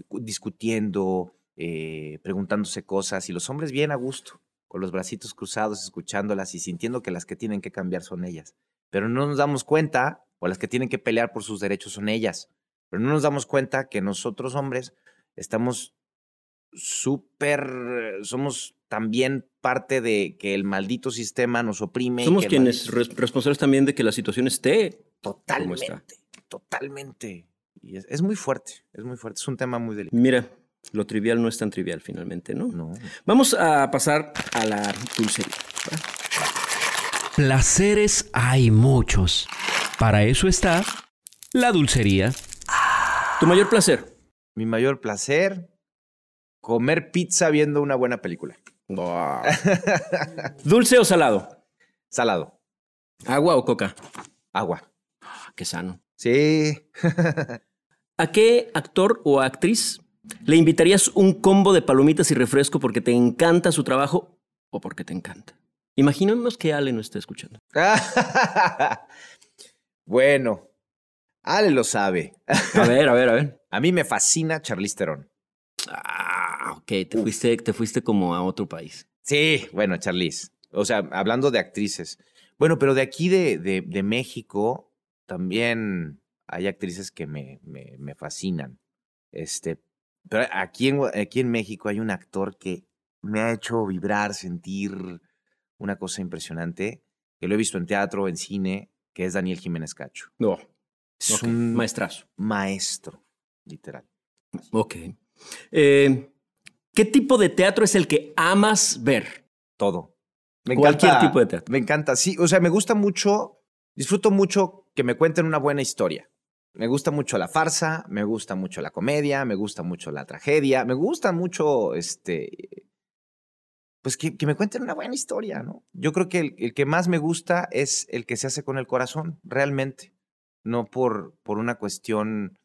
C: cu- discutiendo, eh, preguntándose cosas, y los hombres bien a gusto, con los bracitos cruzados, escuchándolas y sintiendo que las que tienen que cambiar son ellas. Pero no nos damos cuenta, o las que tienen que pelear por sus derechos son ellas. Pero no nos damos cuenta que nosotros hombres estamos súper, somos también parte de que el maldito sistema nos oprime. y
B: Somos
C: que el
B: quienes
C: maldito-
B: res- responsables también de que la situación esté. ¿Cómo
C: Totalmente, totalmente. Y es, es muy fuerte, es muy fuerte, es un tema muy delicado.
B: Mira, lo trivial no es tan trivial finalmente, ¿no?
C: No.
B: Vamos a pasar a la dulcería.
A: Placeres hay muchos. Para eso está la dulcería.
B: Tu mayor placer.
C: Mi mayor placer, comer pizza viendo una buena película.
B: [laughs] Dulce o salado.
C: Salado,
B: Agua o coca.
C: agua.
B: Ah, Qué sano.
C: Sí. [laughs]
B: ¿A qué actor o actriz le invitarías un combo de palomitas y refresco porque te encanta su trabajo o porque te encanta? Imaginemos que Ale no está escuchando.
C: bueno, Ale lo sabe.
B: A ver, a ver, a ver.
C: A mí me fascina Charlize Theron.
B: Ah, ok, te fuiste, te fuiste como a otro país.
C: Sí, bueno, Charlize. O sea, hablando de actrices. Bueno, pero de aquí de, de- de México también hay actrices que me, me- me fascinan. Este, pero aquí en, Gua- aquí en México hay un actor que me ha hecho vibrar, sentir una cosa impresionante, que lo he visto en teatro, en cine, que es Daniel Jiménez Cacho.
B: No,
C: Es
B: ok,
C: un
B: maestrazo.
C: maestro, literal.
B: Ok. Eh, ¿Qué tipo de teatro es el que amas ver?
C: todo. Me
B: Cualquier tipo de teatro.
C: Me encanta, sí. O sea, me gusta mucho, disfruto mucho que me cuenten una buena historia. Me gusta mucho la farsa, me gusta mucho la comedia, me gusta mucho la tragedia, me gusta mucho, este, pues que, que me cuenten una buena historia, ¿no? Yo creo que el, el que más me gusta es el que se hace con el corazón, realmente, no por, por una cuestión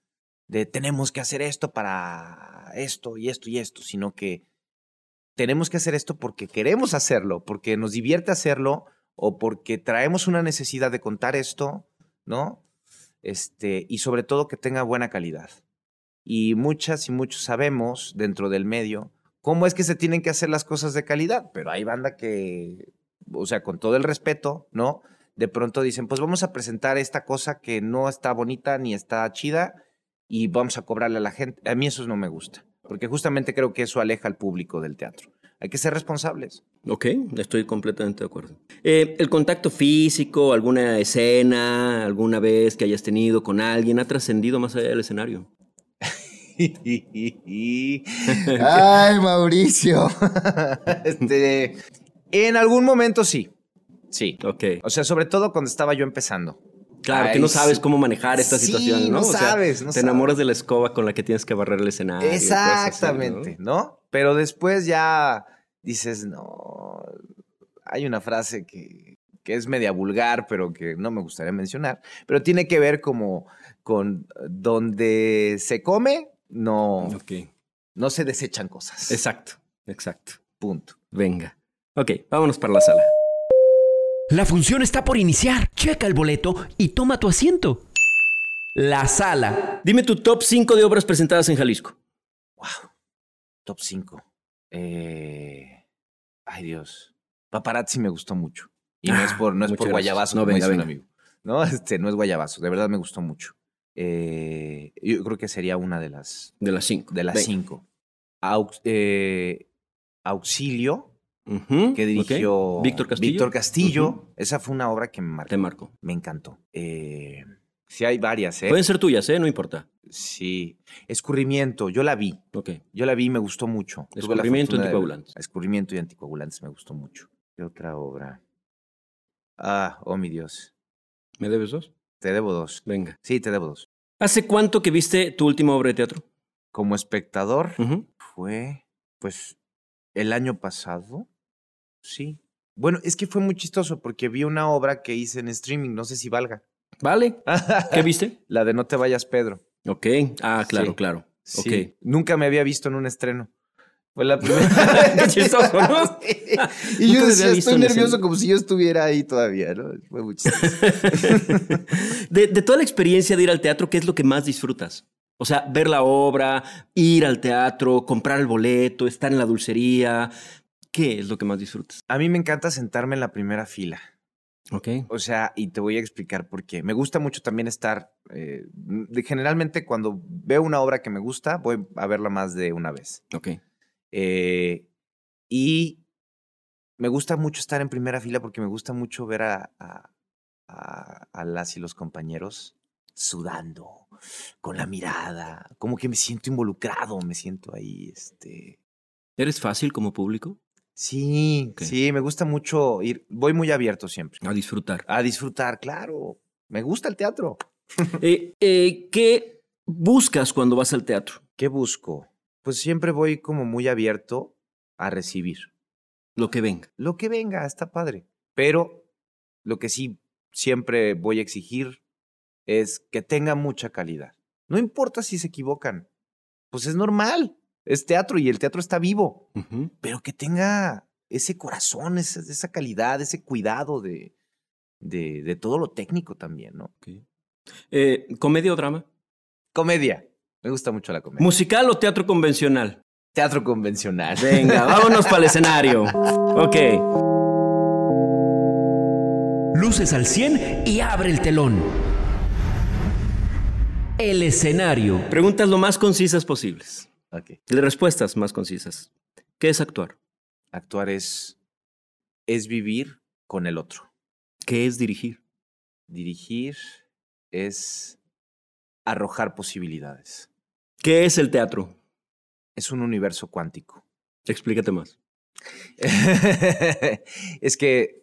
C: de tenemos que hacer esto para esto y esto y esto, sino que tenemos que hacer esto porque queremos hacerlo, porque nos divierte hacerlo o porque traemos una necesidad de contar esto, ¿no? Este, y sobre todo que tenga buena calidad. Y muchas y muchos sabemos dentro del medio cómo es que se tienen que hacer las cosas de calidad, pero hay banda que, o sea, con todo el respeto, ¿no? De pronto dicen, pues vamos a presentar esta cosa que no está bonita ni está chida y vamos a cobrarle a la gente. A mí eso no me gusta, porque justamente creo que eso aleja al público del teatro. Hay que ser responsables.
B: Ok, estoy completamente de acuerdo. Eh, ¿El contacto físico, alguna escena, alguna vez que hayas tenido con alguien, ha trascendido más allá del escenario?
C: Ay, Mauricio. [laughs] Este, en algún momento sí. Sí.
B: Ok.
C: O sea, sobre todo cuando estaba yo empezando.
B: Claro,
C: Ay,
B: que no sabes
C: sí.
B: cómo manejar esta
C: Sí,
B: situación, ¿no?
C: no
B: O sea,
C: sabes, no
B: te enamoras de la escoba con la que tienes que barrer el escenario. y cosas así, ¿no?
C: Exactamente, ¿no? Pero después ya dices, no, hay una frase que, que es media vulgar, pero que no me gustaría mencionar, pero tiene que ver como con eh, donde se come, no,
B: Ok,
C: no se desechan cosas.
B: exacto, exacto.
C: Punto.
B: Venga. Ok, vámonos para la sala.
A: La función está por iniciar. Checa el boleto y toma tu asiento. La sala.
B: Dime tu top 5 de obras presentadas en Jalisco.
C: Top 5. ay, Dios. Paparazzi me gustó mucho. Y no es por, no es
B: muchas
C: por
B: gracias. Ah,
C: guayabazo,
B: No,
C: como
B: venga,
C: dice un
B: venga.
C: amigo. No, este, no es guayabazo. De verdad me gustó mucho. Eh, yo creo que sería una de las,
B: De las 5.
C: de las cinco. Aux- eh, auxilio, que dirigió
B: Víctor Castillo.
C: Víctor Castillo.
B: Ujú.
C: Esa fue una obra que me marcó.
B: Te marco.
C: Me encantó. Eh, sí, hay varias, ¿eh?
B: Pueden ser tuyas, ¿eh? No importa.
C: Sí. Escurrimiento, yo la vi.
B: Ok.
C: Yo la vi y me gustó mucho. Tuve la
B: Escurrimiento y
C: fortuna de-
B: anticoagulantes.
C: Escurrimiento y anticoagulantes me gustó mucho. ¿Qué otra obra? Ah, oh mi Dios.
B: ¿Me debes dos?
C: Te debo dos.
B: Venga.
C: Sí, te debo dos.
B: ¿Hace cuánto que viste tu última obra de teatro?
C: Como espectador
B: Ujú.
C: fue, pues, el año pasado. Sí. Bueno, es que fue muy chistoso porque vi una obra que hice en streaming, no sé si valga. [laughs]
B: Vale. ¿Qué viste?
C: La de No te vayas, Pedro.
B: Ok. Ah, claro,
C: Sí.
B: claro.
C: Sí.
B: Ok.
C: Nunca me había visto en un estreno.
B: [laughs]
C: Fue la primera.
B: Qué chistoso, [laughs] ¿no?
C: Sí.
B: Nunca
C: Y yo
B: te
C: decía,
B: había visto
C: estoy
B: en escena".
C: nervioso como si yo estuviera ahí todavía, ¿no? Fue muy chistoso.
B: [laughs] de, de toda la experiencia de ir al teatro, ¿qué es lo que más disfrutas? O sea, ver la obra, ir al teatro, comprar el boleto, estar en la dulcería. ¿Qué es lo que más disfrutas?
C: A mí me encanta sentarme en la primera fila.
B: Ok.
C: O sea, y te voy a explicar por qué. Me gusta mucho también estar. eh, de- generalmente, cuando veo una obra que me gusta, voy a verla más de una vez.
B: Ok.
C: Eh, y me gusta mucho estar en primera fila porque me gusta mucho ver a, a- a- a las y los compañeros sudando con la mirada, como que me siento involucrado, me siento ahí, este,
B: ¿Eres fácil como público?
C: sí,
B: Ok.
C: sí, me gusta mucho ir, voy muy abierto siempre,
B: A disfrutar.
C: a disfrutar, claro, me gusta el teatro.
B: Eh, eh, ¿Qué buscas cuando vas al teatro?
C: ¿Qué busco? Pues siempre voy como muy abierto a recibir.
B: Lo que venga.
C: lo que venga, está padre. Pero lo que sí siempre voy a exigir es que tenga mucha calidad. No importa si se equivocan, pues es normal, es teatro y el teatro está vivo,
B: Ujú.
C: pero que tenga ese corazón, esa, esa calidad, ese cuidado de, de, de todo lo técnico también, ¿no?
B: Eh, ¿Comedia o drama?
C: Comedia, me gusta mucho la comedia.
B: ¿Musical o teatro convencional?
C: teatro convencional.
B: Venga, vámonos para el escenario. Ok.
A: Luces al 100 y abre el telón. El escenario.
B: Preguntas lo más concisas posibles.
C: Ok.
B: Y Respuestas más concisas. ¿Qué es actuar?
C: Actuar es, es vivir con el otro.
B: ¿Qué es dirigir?
C: Dirigir es arrojar posibilidades.
B: ¿Qué es el teatro?
C: Es un universo cuántico. [laughs]
B: Explícate más.
C: es que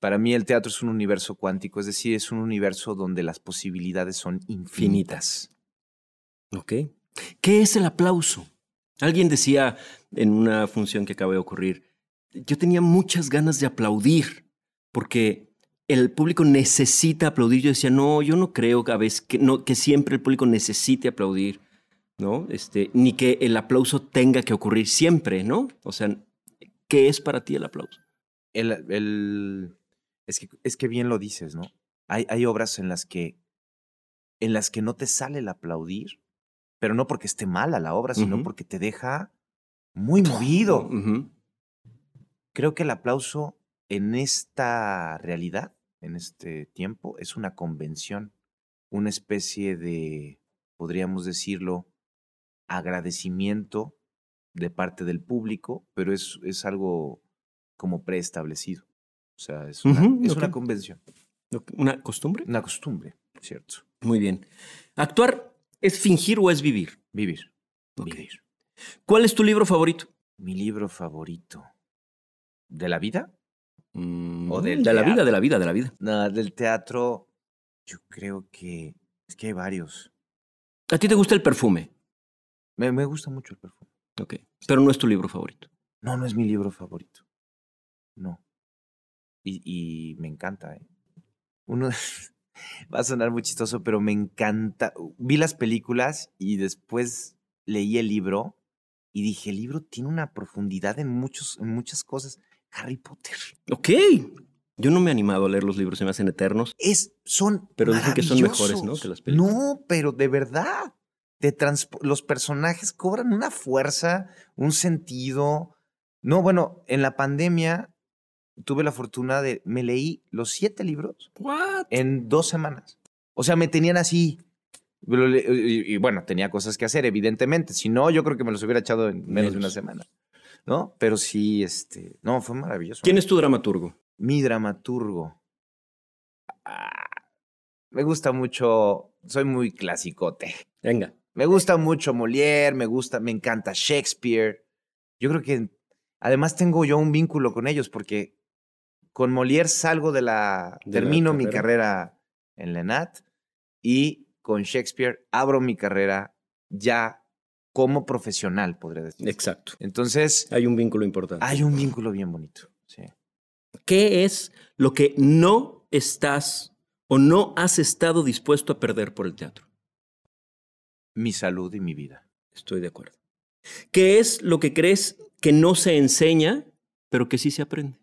C: para mí el teatro es un universo cuántico, es decir, es un universo donde las posibilidades son infinitas.
B: Ok. ¿Qué es el aplauso? Alguien decía en una función que acaba de ocurrir, yo tenía muchas ganas de aplaudir porque el público necesita aplaudir. Yo decía, no, yo no creo que, a veces, que, no, que siempre el público necesite aplaudir, ¿no? Este, ni que el aplauso tenga que ocurrir siempre, ¿no? O sea, ¿qué es para ti el aplauso?
C: El, el- es, que, es que bien lo dices, ¿no? Hay, hay obras en las que en las que no te sale el aplaudir, pero no porque esté mala la obra, sino
B: Ujú.
C: porque te deja muy movido.
B: Ujú.
C: creo que el aplauso en esta realidad, en este tiempo, es una convención, una especie de, podríamos decirlo, agradecimiento de parte del público, pero es, es algo como preestablecido. O sea, es una,
B: Ujú,
C: es
B: ok.
C: una convención,
B: ¿Una costumbre?
C: una costumbre, ¿cierto?
B: Muy bien. ¿Actuar es fingir o es vivir?
C: Vivir,
B: Ok.
C: vivir.
B: ¿Cuál es tu libro favorito?
C: Mi libro favorito. ¿De la vida?
B: o
C: del
B: Mm, de la vida,
C: teatro.
B: de la vida, de la vida.
C: No, del teatro, yo creo que... Es que hay varios.
B: A ti te gusta el perfume,
C: Me, me gusta mucho el perfume.
B: ok, pero no es tu libro favorito.
C: No, no es mi libro favorito. No. Y, y me encanta, ¿eh? Uno [laughs] va a sonar muy chistoso, pero me encanta. Vi las películas y después leí el libro y dije, el libro tiene una profundidad en, muchos, en muchas cosas. Harry Potter.
B: Ok. Yo no me he animado a leer los libros, se me hacen eternos.
C: Es, son
B: Pero dicen que son mejores, ¿no?
C: maravillosos.
B: que las películas.
C: No, pero de verdad. Te transpo- los personajes cobran una fuerza, un sentido. No, bueno, en la pandemia tuve la fortuna de. Me leí los siete libros
B: What?
C: en dos semanas. O sea, me tenían así. lo le- Y, y bueno, tenía cosas que hacer, evidentemente. Si no, yo creo que me los hubiera echado en menos de una
B: Menos.
C: semana. ¿No? Pero sí, este. No, fue maravilloso.
B: ¿Quién es tu dramaturgo?
C: Mi dramaturgo. Ah, me gusta mucho. Soy muy clasicote.
B: Venga.
C: Me gusta mucho Molière, me gusta, me encanta Shakespeare. Yo creo que además tengo yo un vínculo con ellos porque con Molière salgo de la
B: De la
C: termino mi
B: carrera.
C: carrera en la ENAT y con Shakespeare abro mi carrera ya como profesional, podría decir.
B: Exacto.
C: Entonces,
B: Hay un vínculo importante.
C: hay un vínculo bien bonito. Sí.
B: Ah, ¿Qué es lo que no estás o no has estado dispuesto a perder por el teatro?
C: Mi salud y mi vida.
B: Estoy de acuerdo. ¿Qué es lo que crees que no se enseña, pero que sí se aprende?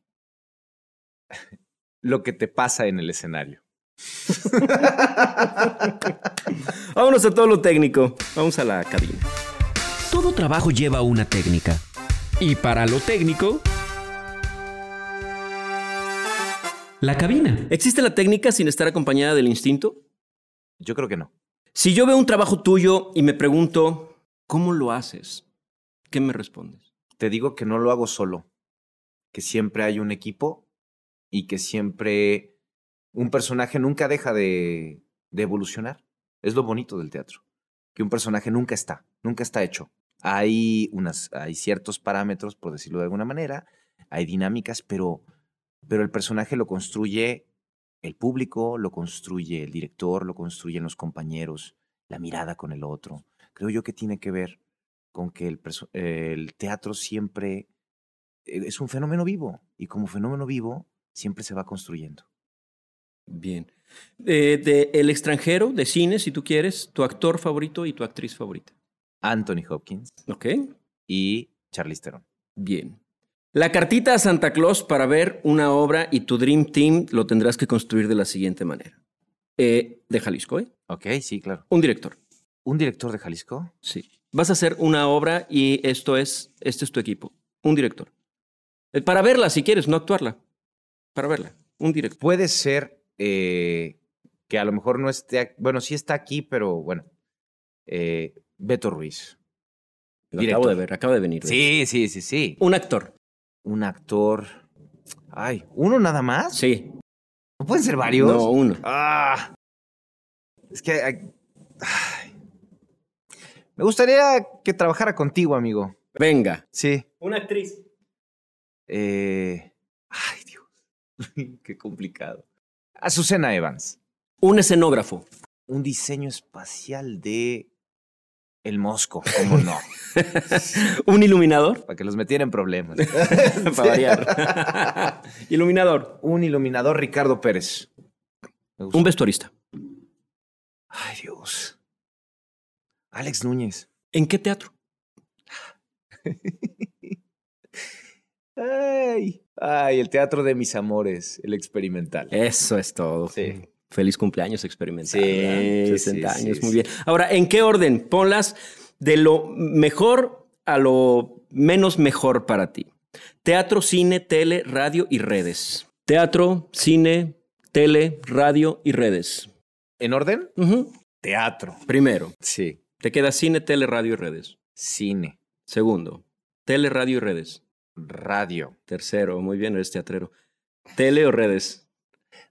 C: lo que te pasa en el escenario.
B: Vámonos a todo lo técnico. Vamos a la cabina.
A: Todo trabajo lleva una técnica. Y para lo técnico... La cabina.
B: ¿Existe la técnica sin estar acompañada del instinto?
C: Yo creo que no.
B: Si yo veo un trabajo tuyo y me pregunto, ¿cómo lo haces? ¿qué me respondes?
C: Te digo que no lo hago solo, que siempre hay un equipo y que siempre un personaje nunca deja de, de evolucionar. Es lo bonito del teatro, que un personaje nunca está, nunca está hecho. Hay, unas, hay ciertos parámetros, por decirlo de alguna manera, hay dinámicas, pero, pero el personaje lo construye el público, lo construye el director, lo construyen los compañeros, la mirada con el otro. Creo yo que tiene que ver con que el, perso- el teatro siempre eh, es un fenómeno vivo y como fenómeno vivo siempre se va construyendo.
B: Bien. Eh, de El extranjero, de cine, si tú quieres, tu actor favorito y tu actriz favorita.
C: Anthony Hopkins
B: ¿Ok?
C: y Charlize Theron.
B: Bien. La cartita a Santa Claus para ver una obra y tu Dream Team lo tendrás que construir de la siguiente manera. Eh, de Jalisco, ¿eh?
C: Ok, sí, claro.
B: Un director.
C: ¿Un director de Jalisco?
B: Sí. Vas a hacer una obra y esto es, este es tu equipo. Un director. Eh, Para verla, si quieres, no actuarla. Para verla. Un director.
C: Puede ser eh, que a lo mejor no esté, ac- bueno, sí está aquí, pero bueno, eh, Beto Ruiz.
B: Lo acabo
C: Director.
B: de ver, acaba de venir.
C: Sí, sí, sí, sí.
B: Un actor.
C: Un actor. Ay, ¿uno nada más?
B: Sí.
C: ¿No pueden ser varios?
B: No, uno.
C: Ah. Es que. ay, ay. Me gustaría que trabajara contigo, amigo.
B: Venga.
C: Sí.
B: Una actriz.
C: Eh, Ay, Dios. [laughs] Qué complicado. Azucena Evans.
B: Un escenógrafo.
C: Un diseño espacial de. El Mosco, cómo no.
B: Un
C: [laughs]
B: iluminador.
C: Para que los metieran en problemas.
B: Para variar. [laughs] iluminador.
C: Un iluminador, Ricardo Pérez. Me gusta.
B: Un vestuarista.
C: Ay, Dios. Alex Núñez.
B: ¿En qué teatro?
C: Ay, ay, el teatro de mis amores, el experimental.
B: Eso es todo.
C: Sí.
B: Feliz cumpleaños experimental.
C: Sí,
B: ¿verdad? 60
C: sí, sí,
B: años, muy
C: sí.
B: bien. Ahora, ¿en qué orden? Ponlas de lo mejor a lo menos mejor para ti. Teatro, cine, tele, radio y redes. Teatro, cine, tele, radio y redes.
C: ¿En orden?
B: Ujú.
C: Teatro.
B: Primero,
C: Sí.
B: te queda cine, tele, radio y redes.
C: Cine,
B: Segundo, tele, radio y redes.
C: radio,
B: Tercero, muy bien, eres teatrero. Tele o redes.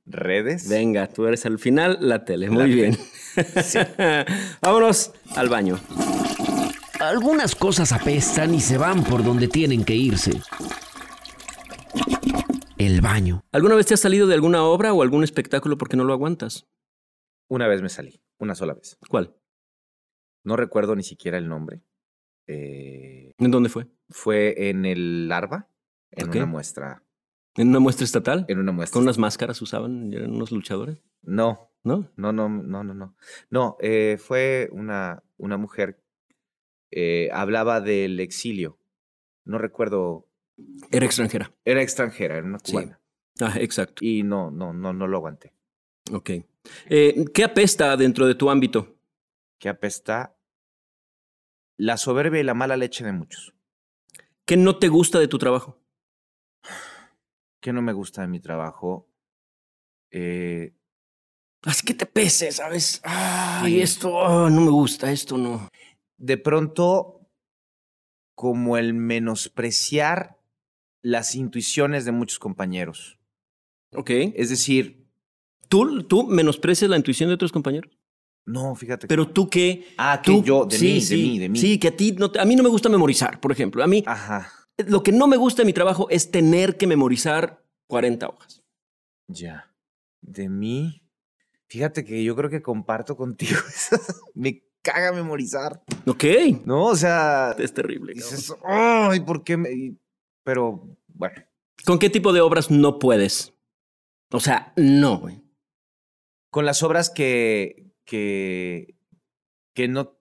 C: redes.
B: Venga, tú eres al final la tele. Muy
C: La tele.
B: bien. [laughs] Vámonos al baño.
A: Algunas cosas apestan y se van por donde tienen que irse. El baño.
B: ¿Alguna vez te has salido de alguna obra o algún espectáculo porque no lo aguantas?
C: Una vez me salí, una sola vez.
B: ¿Cuál?
C: No recuerdo ni siquiera el nombre. Eh,
B: ¿En dónde fue?
C: fue en el larva, en
B: Ok.
C: una muestra,
B: ¿En una muestra estatal?
C: en una muestra.
B: ¿Con unas máscaras usaban? ¿Eran unos luchadores?
C: No,
B: ¿No?
C: no, no, no, no, no. No, eh, fue una, una mujer. eh, hablaba del exilio. No recuerdo.
B: Era extranjera.
C: Era extranjera, era una
B: Sí.
C: cubana.
B: Ah, exacto.
C: Y no, no, no, no lo aguanté.
B: Ok. Eh, ¿Qué apesta dentro de tu ámbito?
C: que apesta la soberbia y la mala leche de muchos.
B: ¿Qué no te gusta de tu trabajo?
C: Que no me gusta de mi trabajo. Eh,
B: Así que te pese, ¿sabes? Ay,
C: Sí.
B: esto ah, no me gusta, esto no.
C: de pronto, como el menospreciar las intuiciones de muchos compañeros.
B: Ok.
C: Es decir,
B: ¿Tú, tú menosprecias la intuición de tus compañeros?
C: no, fíjate. que-
B: Pero tú qué...
C: ah, que
B: Tú,
C: yo, de
B: sí,
C: mí,
B: sí,
C: de mí, de mí.
B: Sí, que a ti no te- a mí no me gusta memorizar, por ejemplo. A mí
C: Ajá,
B: Lo que no me gusta de mi trabajo es tener que memorizar 40 hojas.
C: ya. De mí. Fíjate que yo creo que comparto contigo. [laughs] esas- me caga memorizar.
B: Ok.
C: No, o sea,
B: Es terrible. cabrón.
C: dices, ay, ¿por qué? me-?" Y- Pero bueno,
B: ¿Con qué tipo de obras no puedes? O sea, no, güey.
C: con las obras que, que, que no,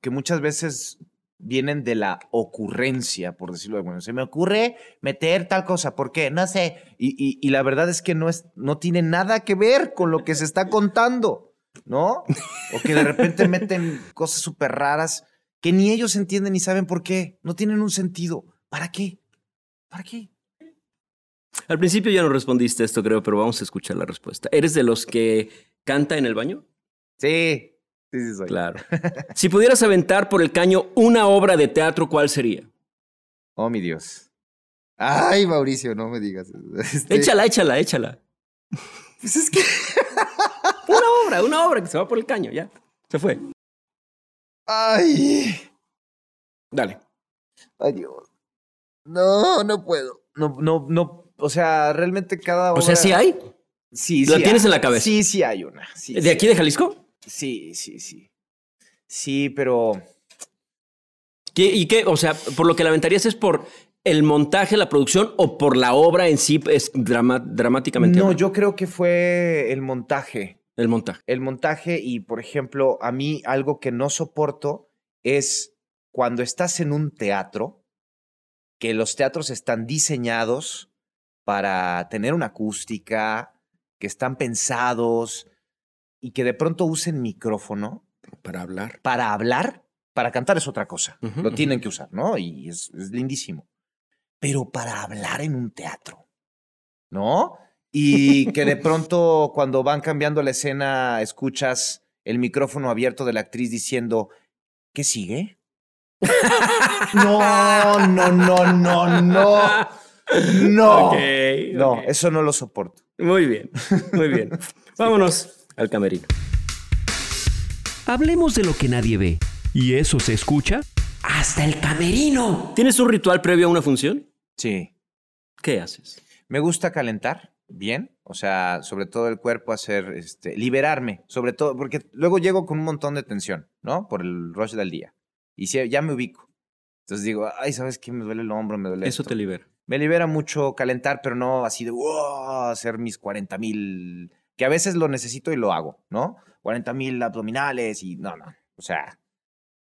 C: que muchas veces vienen de la ocurrencia, por decirlo de alguna manera. Se me ocurre meter tal cosa, ¿por qué? No sé. Y, y- y la verdad es que no, es, no tiene nada que ver con lo que se está contando, ¿no? O que de repente meten cosas súper raras que ni ellos entienden ni saben por qué. No tienen un sentido. ¿Para qué? ¿Para qué?
B: Al principio ya no respondiste esto, creo, pero vamos a escuchar la respuesta. ¿Eres de los que canta en el baño?
C: Sí, Sí, sí, soy. [laughs]
B: Claro. si pudieras aventar por el caño una obra de teatro, ¿cuál sería?
C: Oh, mi Dios. Ay, Mauricio, no me digas. eso. [laughs] Este,
B: Échala, échala, échala.
C: pues es que.
B: Una obra, una obra que se va por el caño, ya. Se fue.
C: Ay.
B: Dale.
C: Ay, Dios. No, no puedo. No, no, no. O sea, realmente cada
B: O sea,
C: obra-
B: ¿sí hay?
C: Sí,
B: ¿La
C: sí
B: tienes
C: hay.
B: en la cabeza?
C: Sí, sí hay una. Sí, sí.
B: ¿De aquí de Jalisco?
C: Sí, sí, sí. Sí, pero.
B: ¿Qué- ¿Y qué? O sea, por lo que lamentarías es por el montaje, la producción o por la obra en sí es drama- dramáticamente.
C: No,
B: hablando?
C: yo creo que fue el montaje.
B: El montaje.
C: El montaje y, por ejemplo, a mí algo que no soporto es cuando estás en un teatro, que los teatros están diseñados para tener una acústica, que están pensados y que de pronto usen micrófono
B: Para hablar.
C: para hablar, para cantar es otra cosa.
B: Ujú,
C: Lo
B: ujú.
C: tienen que usar, ¿no? Y es, es lindísimo. Pero para hablar en un teatro, ¿no? Y
B: [laughs]
C: que de pronto cuando van cambiando la escena, escuchas el micrófono abierto de la actriz diciendo,
B: [laughs]
C: ¿qué sigue? No, no, no, no, no, no.
B: Ok,
C: No,
B: ok.
C: eso no lo soporto.
B: Muy bien, muy [laughs] bien. Vámonos al camerino.
A: Hablemos de lo que nadie ve. ¿Y eso se escucha? ¡Hasta el camerino!
B: ¿Tienes un ritual previo a una función?
C: Sí.
B: ¿Qué haces?
C: Me gusta calentar bien, o sea, sobre todo el cuerpo, hacer, este, liberarme, sobre todo, porque luego llego con un montón de tensión, ¿no? Por el rush del día. Y si, ya me ubico. Entonces digo, ay, ¿sabes qué? Me duele el hombro, me duele.
B: Eso
C: esto".
B: te libera.
C: Me libera mucho calentar, pero no así de, wow, hacer mis 40 mil, que a veces lo necesito y lo hago, ¿no? 40 mil abdominales y no, no. O sea,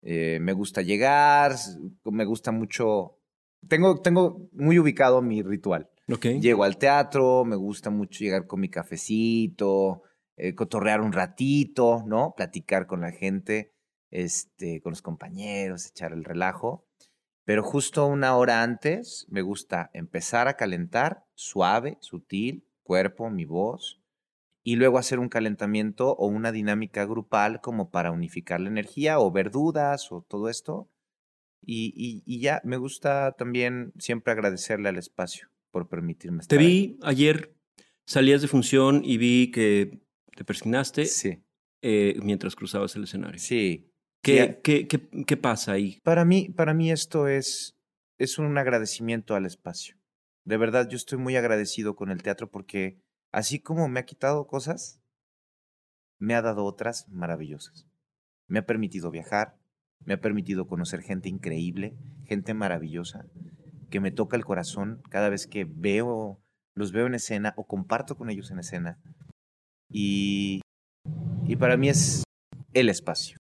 C: eh, me gusta llegar, s- me gusta mucho. Tengo, tengo muy ubicado mi ritual.
B: Ok.
C: Llego al teatro, me gusta mucho llegar con mi cafecito, eh, cotorrear un ratito, ¿no? Platicar con la gente, este, con los compañeros, echar el relajo. Pero justo una hora antes me gusta empezar a calentar suave, sutil, cuerpo, mi voz, y luego hacer un calentamiento o una dinámica grupal como para unificar la energía o ver dudas o todo esto. Y, y- y ya, me gusta también siempre agradecerle al espacio por permitirme estar.
B: Te
C: ahí.
B: vi ayer, salías de función y vi que te persignaste
C: Sí,
B: eh, mientras cruzabas el escenario.
C: sí.
B: ¿Qué,
C: Sí.
B: qué- qué- qué pasa ahí?
C: Para mí, para mí esto es, es un agradecimiento al espacio. De verdad, yo estoy muy agradecido con el teatro porque así como me ha quitado cosas, me ha dado otras maravillosas. Me ha permitido viajar, me ha permitido conocer gente increíble, gente maravillosa, que me toca el corazón cada vez que veo, los veo en escena o comparto con ellos en escena. Y, y para mí es el espacio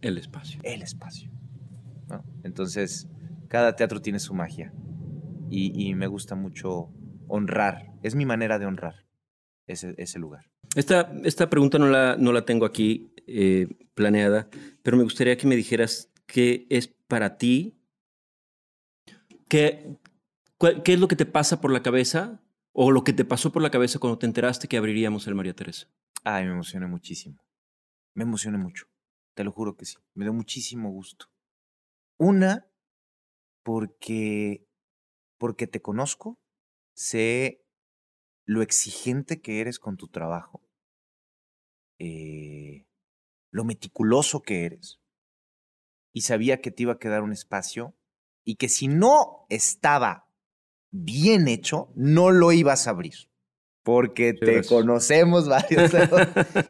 B: El espacio.
C: el espacio. ¿no? Entonces, cada teatro tiene su magia y, y me gusta mucho honrar, es mi manera de honrar ese, ese lugar.
B: Esta, esta pregunta no la, no la tengo aquí eh, planeada, pero me gustaría que me dijeras qué es para ti, qué, cuál- qué es lo que te pasa por la cabeza o lo que te pasó por la cabeza cuando te enteraste que abriríamos el María
C: [laughs]
B: Teresa.
C: Ay, me emocioné muchísimo, me emocioné mucho, te lo juro que sí, me dio muchísimo gusto. Una, porque, porque te conozco, sé lo exigente que eres con tu trabajo, eh, lo meticuloso que eres, y sabía que te iba a quedar un espacio y que si no estaba bien hecho, no lo ibas a abrir. Porque te
B: gracias. [laughs]
C: conocemos varios.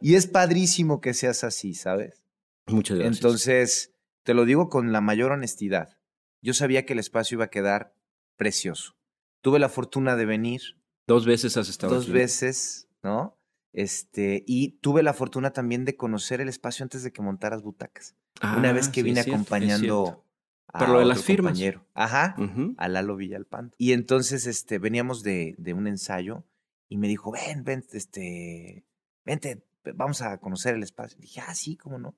C: y es padrísimo que seas así, ¿sabes?
B: Muchas gracias.
C: Entonces, te lo digo con la mayor honestidad. Yo sabía que el espacio iba a quedar precioso. Tuve la fortuna de venir
B: dos veces has estado
C: dos
B: aquí.
C: veces, ¿no? Este, y tuve la fortuna también de conocer el espacio antes de que montaras butacas. Una
B: Ah,
C: vez que
B: sí,
C: vine
B: es cierto, es
C: acompañando
B: cierto. Para lo de las
C: otro
B: firmas.
C: compañero. Ajá,
B: Ujú.
C: a Lalo Villalpando. Y entonces este, veníamos de, de un ensayo y me dijo, ven, ven, este, vente, vamos a conocer el espacio. Y dije, ah, sí, cómo no.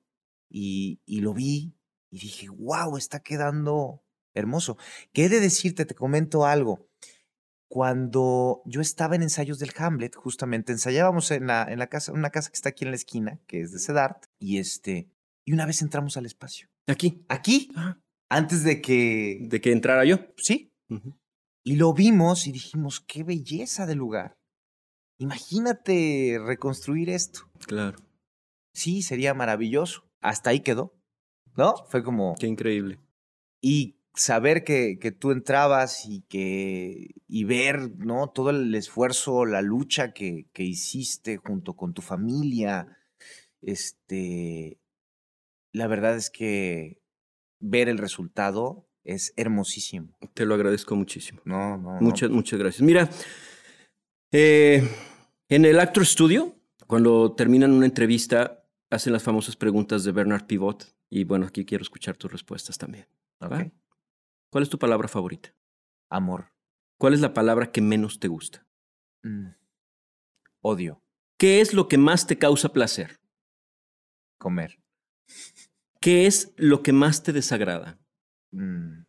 C: Y, y lo vi y dije, wow, está quedando hermoso. Que he de decirte, te comento algo. cuando yo estaba en ensayos del Hamlet, justamente ensayábamos en la, en la casa, una casa que está aquí en la esquina, que es de Sedart, y este, y una vez entramos al espacio.
B: Aquí.
C: Aquí,
B: Ah.
C: antes de que, pues,
B: De que entrara yo.
C: sí,
B: Ujú.
C: y lo vimos y dijimos, qué belleza de lugar. Imagínate reconstruir esto.
B: Claro.
C: Sí, sería maravilloso. Hasta ahí quedó, ¿no? Fue como,
B: Qué increíble.
C: y saber que, que tú entrabas y que y ver no todo el esfuerzo la lucha que, que hiciste junto con tu familia este la verdad es que ver el resultado es hermosísimo
B: Te lo agradezco muchísimo.
C: no Ah, no no.
B: Muchas, muchas gracias. Mira, eh, en el Actor Studio, cuando terminan una entrevista, hacen las famosas preguntas de Bernard Pivot. Y bueno, aquí quiero escuchar tus respuestas también.
C: Ok.
B: ¿va? ¿Cuál es tu palabra favorita?
C: amor
B: ¿Cuál es la palabra que menos te gusta?
C: mm, odio
B: ¿Qué es lo que más te causa placer?
C: comer
B: ¿Qué es lo que más te desagrada?
C: mm,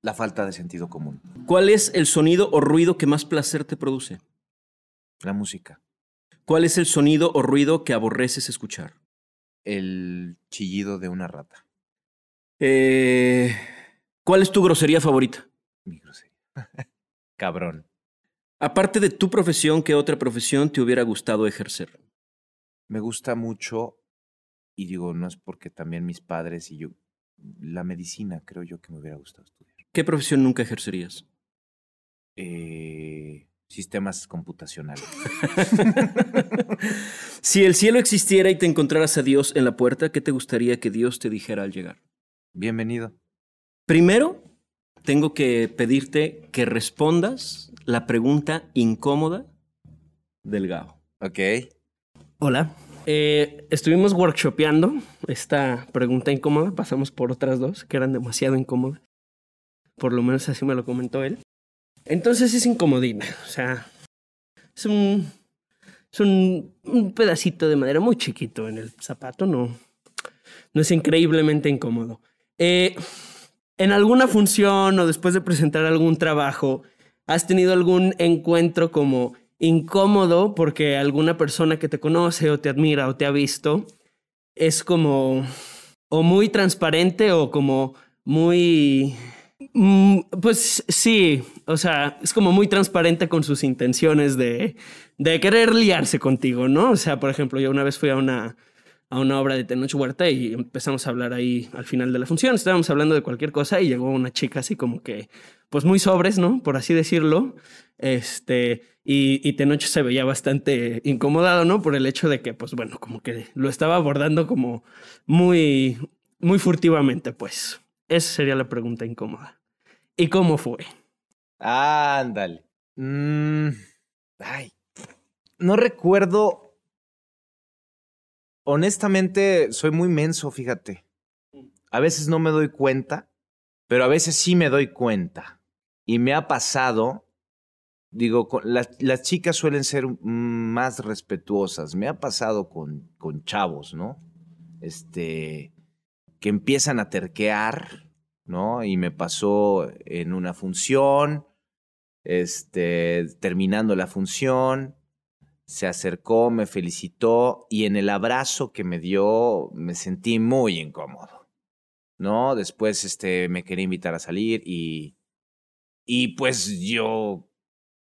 C: la falta de sentido común
B: ¿Cuál es el sonido o ruido que más placer te produce?
C: la música
B: ¿Cuál es el sonido o ruido que aborreces escuchar?
C: el chillido de una rata
B: Eh, ¿Cuál es tu grosería favorita?
C: mi grosería [laughs] cabrón
B: Aparte de tu profesión, ¿qué otra profesión te hubiera gustado ejercer?
C: me gusta mucho, y digo, no es porque también mis padres y yo, la medicina creo yo que me hubiera gustado estudiar.
B: ¿Qué profesión nunca ejercerías? [laughs]
C: Eh, sistemas computacionales.
B: si el cielo existiera y te encontraras a Dios en la puerta, ¿qué te gustaría que Dios te dijera al llegar?
C: Bienvenido.
B: Primero, tengo que pedirte que respondas la pregunta incómoda del Gao.
C: Ok.
E: Hola. Eh, estuvimos workshopeando esta pregunta incómoda. Pasamos por otras dos que eran demasiado incómodas. Por lo menos así me lo comentó él. Entonces es incomodina. O sea, es un, es un, un pedacito de madera muy chiquito en el zapato. No, no es increíblemente incómodo. Eh, en alguna función o después de presentar algún trabajo, ¿Has tenido algún encuentro como incómodo porque alguna persona que te conoce o te admira o te ha visto es como o muy transparente o como muy... mm, Pues sí, o sea, es como muy transparente con sus intenciones de, de querer liarse contigo, ¿no? O sea, por ejemplo, yo una vez fui a una, a una obra de Tenoch Huerta y empezamos a hablar ahí al final de la función, estábamos hablando de cualquier cosa y llegó una chica así como que pues muy sobres, ¿no? Por así decirlo. Este, y, y Tenoch se veía bastante incomodado, ¿no? Por el hecho de que, pues bueno, como que lo estaba abordando como muy, muy furtivamente, pues. Esa sería la pregunta incómoda. ¿Y cómo fue?
C: Ándale. Mm, ay. No recuerdo. Honestamente, soy muy menso, fíjate. A veces no me doy cuenta, pero a veces sí me doy cuenta. Y me ha pasado, digo, con- las, las chicas suelen ser mm, más respetuosas. Me ha pasado con, con chavos, ¿no? Este, que empiezan a terquear, ¿no? Y me pasó en una función, este, terminando la función, se acercó, me felicitó y en el abrazo que me dio me sentí muy incómodo, ¿no? Después, este, me quería invitar a salir y, y pues yo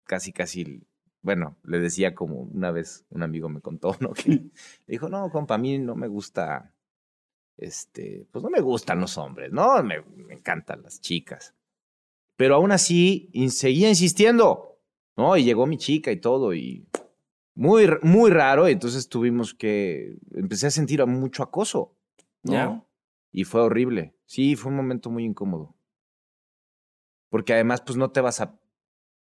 C: casi, casi, bueno, le decía como una vez un amigo me contó, ¿no? Que le dijo, no, compa, a mí no me gusta, este, pues no me gustan los hombres, ¿no? Me, me encantan las chicas. Pero aún así, in- seguía insistiendo, ¿no? Y llegó mi chica y todo y muy, r- muy raro, y entonces tuvimos que, empecé a sentir mucho acoso, ¿no?
B: Ya.
C: Y fue horrible. Sí, fue un momento muy incómodo. Porque además, pues no te vas a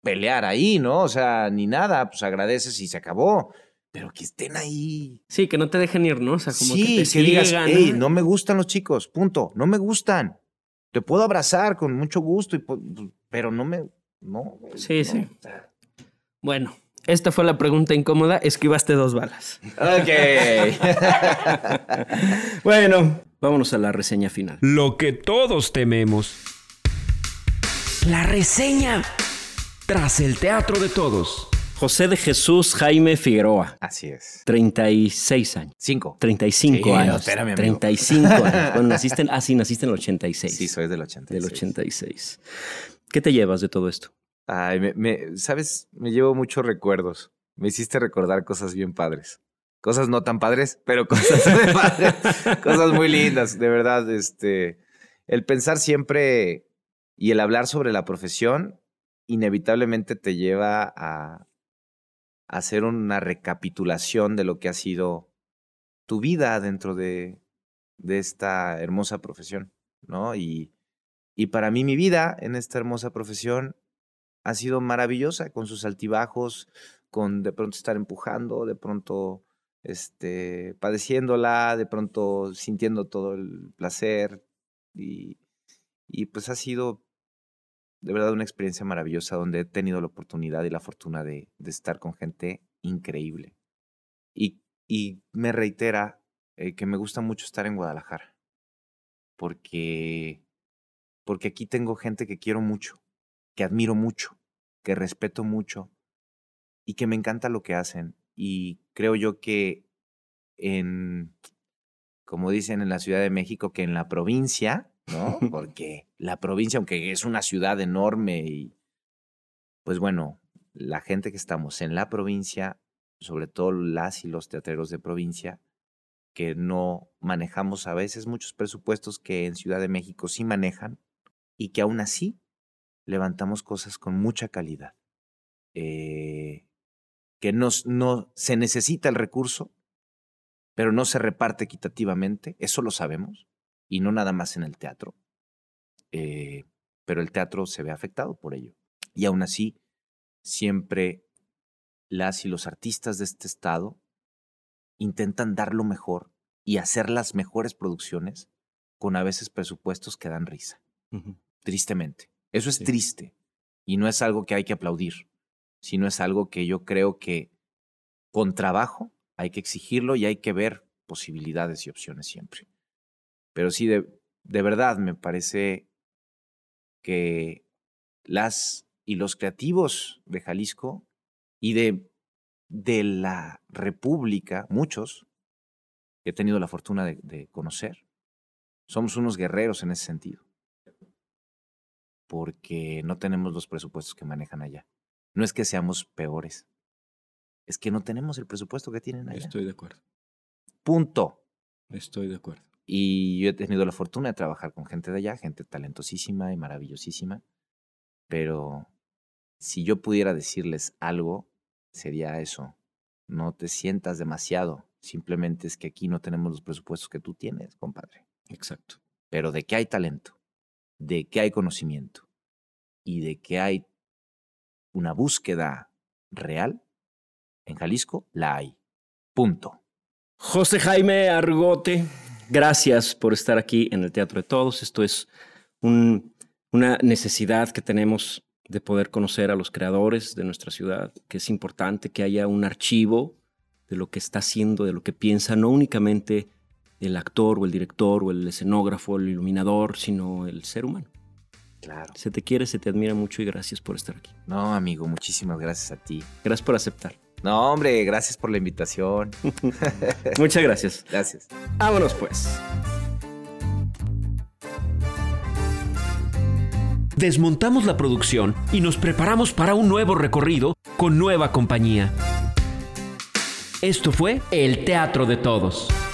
C: pelear ahí, ¿no? O sea, ni nada, pues agradeces y se acabó. Pero que estén ahí.
E: Sí, que no te dejen ir, ¿no? O sea, como
C: sí,
E: que
C: que,
E: te
C: digas,
E: ciegan,
C: hey, no me gustan los chicos, punto, no me gustan. Te puedo abrazar con mucho gusto, y, po- pues, pero no me... No, güey,
E: Sí,
C: no".
E: sí. Bueno, esta fue la pregunta incómoda. Esquivaste dos balas.
C: Ok.
B: Bueno, vámonos a la reseña final.
A: Lo que todos tememos.
D: La reseña.
A: Tras el teatro de todos.
B: José de Jesús Jaime Figueroa,
C: [laughs] Así es.
B: 36 años.
C: Cinco.
B: 35
C: Sí,
B: años.
C: espérame,
B: [laughs]
C: amigo.
B: 35 años. Bueno, naciste en, ah, sí, naciste en el 86.
C: Sí, soy del 80.
B: Del 86. ¿Qué te llevas de todo esto?
C: Ay, me, me- ¿sabes? Me llevo muchos recuerdos. Me hiciste recordar cosas bien padres. Cosas no tan padres, pero [laughs] cosas de padres. cosas muy lindas, de verdad. Este, el pensar siempre y el hablar sobre la profesión inevitablemente te lleva a, a hacer una recapitulación de lo que ha sido tu vida dentro de, de esta hermosa profesión, ¿no? Y, y para mí mi vida en esta hermosa profesión ha sido maravillosa con sus altibajos, con de pronto estar empujando, de pronto este, padeciéndola, de pronto sintiendo todo el placer. Y, y pues ha sido de verdad una experiencia maravillosa donde he tenido la oportunidad y la fortuna de, de estar con gente increíble. Y, y me reitera eh, que me gusta mucho estar en Guadalajara, porque, porque aquí tengo gente que quiero mucho, que admiro mucho, que respeto mucho y que me encanta lo que hacen. Y creo yo que en, como dicen en la Ciudad de México, que en la provincia, ¿no? Porque la provincia, aunque es una ciudad enorme y, pues bueno, la gente que estamos en la provincia, sobre todo las y los teatreros de provincia, que no manejamos a veces muchos presupuestos que en Ciudad de México sí manejan y que aún así levantamos cosas con mucha calidad. eh, que nos, no se necesita el recurso, pero no se reparte equitativamente, eso lo sabemos, y no nada más en el teatro. eh, pero el teatro se ve afectado por ello. Y aún así, siempre las y los artistas de este estado intentan dar lo mejor y hacer las mejores producciones con a veces presupuestos que dan risa tristemente. Eso es
B: Sí.
C: triste y no es algo que hay que aplaudir, sino es algo que yo creo que con trabajo hay que exigirlo y hay que ver posibilidades y opciones siempre. Pero sí, de, de verdad me parece que las y los creativos de Jalisco y de, de la República, muchos que he tenido la fortuna de- de conocer, somos unos guerreros en ese sentido porque no tenemos los presupuestos que manejan allá. No es que seamos peores, es que no tenemos el presupuesto que tienen allá.
B: Estoy de acuerdo.
C: Punto.
B: Estoy de acuerdo.
C: Y yo he tenido la fortuna de trabajar con gente de allá, gente talentosísima y maravillosísima, pero si yo pudiera decirles algo, sería eso. No te sientas demasiado, simplemente es que aquí no tenemos los presupuestos que tú tienes, compadre.
B: Exacto.
C: pero de que hay talento, de que hay conocimiento y de que hay una búsqueda real, en Jalisco la hay. Punto.
B: José Jaime Argote, gracias por estar aquí en el Teatro de Todos. Esto es un- una necesidad que tenemos de poder conocer a los creadores de nuestra ciudad, que es importante que haya un archivo de lo que está haciendo, de lo que piensa, no únicamente el actor o el director o el escenógrafo, el iluminador, sino el ser humano.
C: Claro.
B: Se te quiere, se te admira mucho y gracias por estar aquí.
C: No, amigo, muchísimas gracias a ti.
B: Gracias por aceptar.
C: No, hombre, gracias por la invitación.
B: Muchas gracias.
C: Gracias.
B: Vámonos pues.
A: Desmontamos la producción y nos preparamos para un nuevo recorrido con nueva compañía. Esto fue El Teatro de Todos.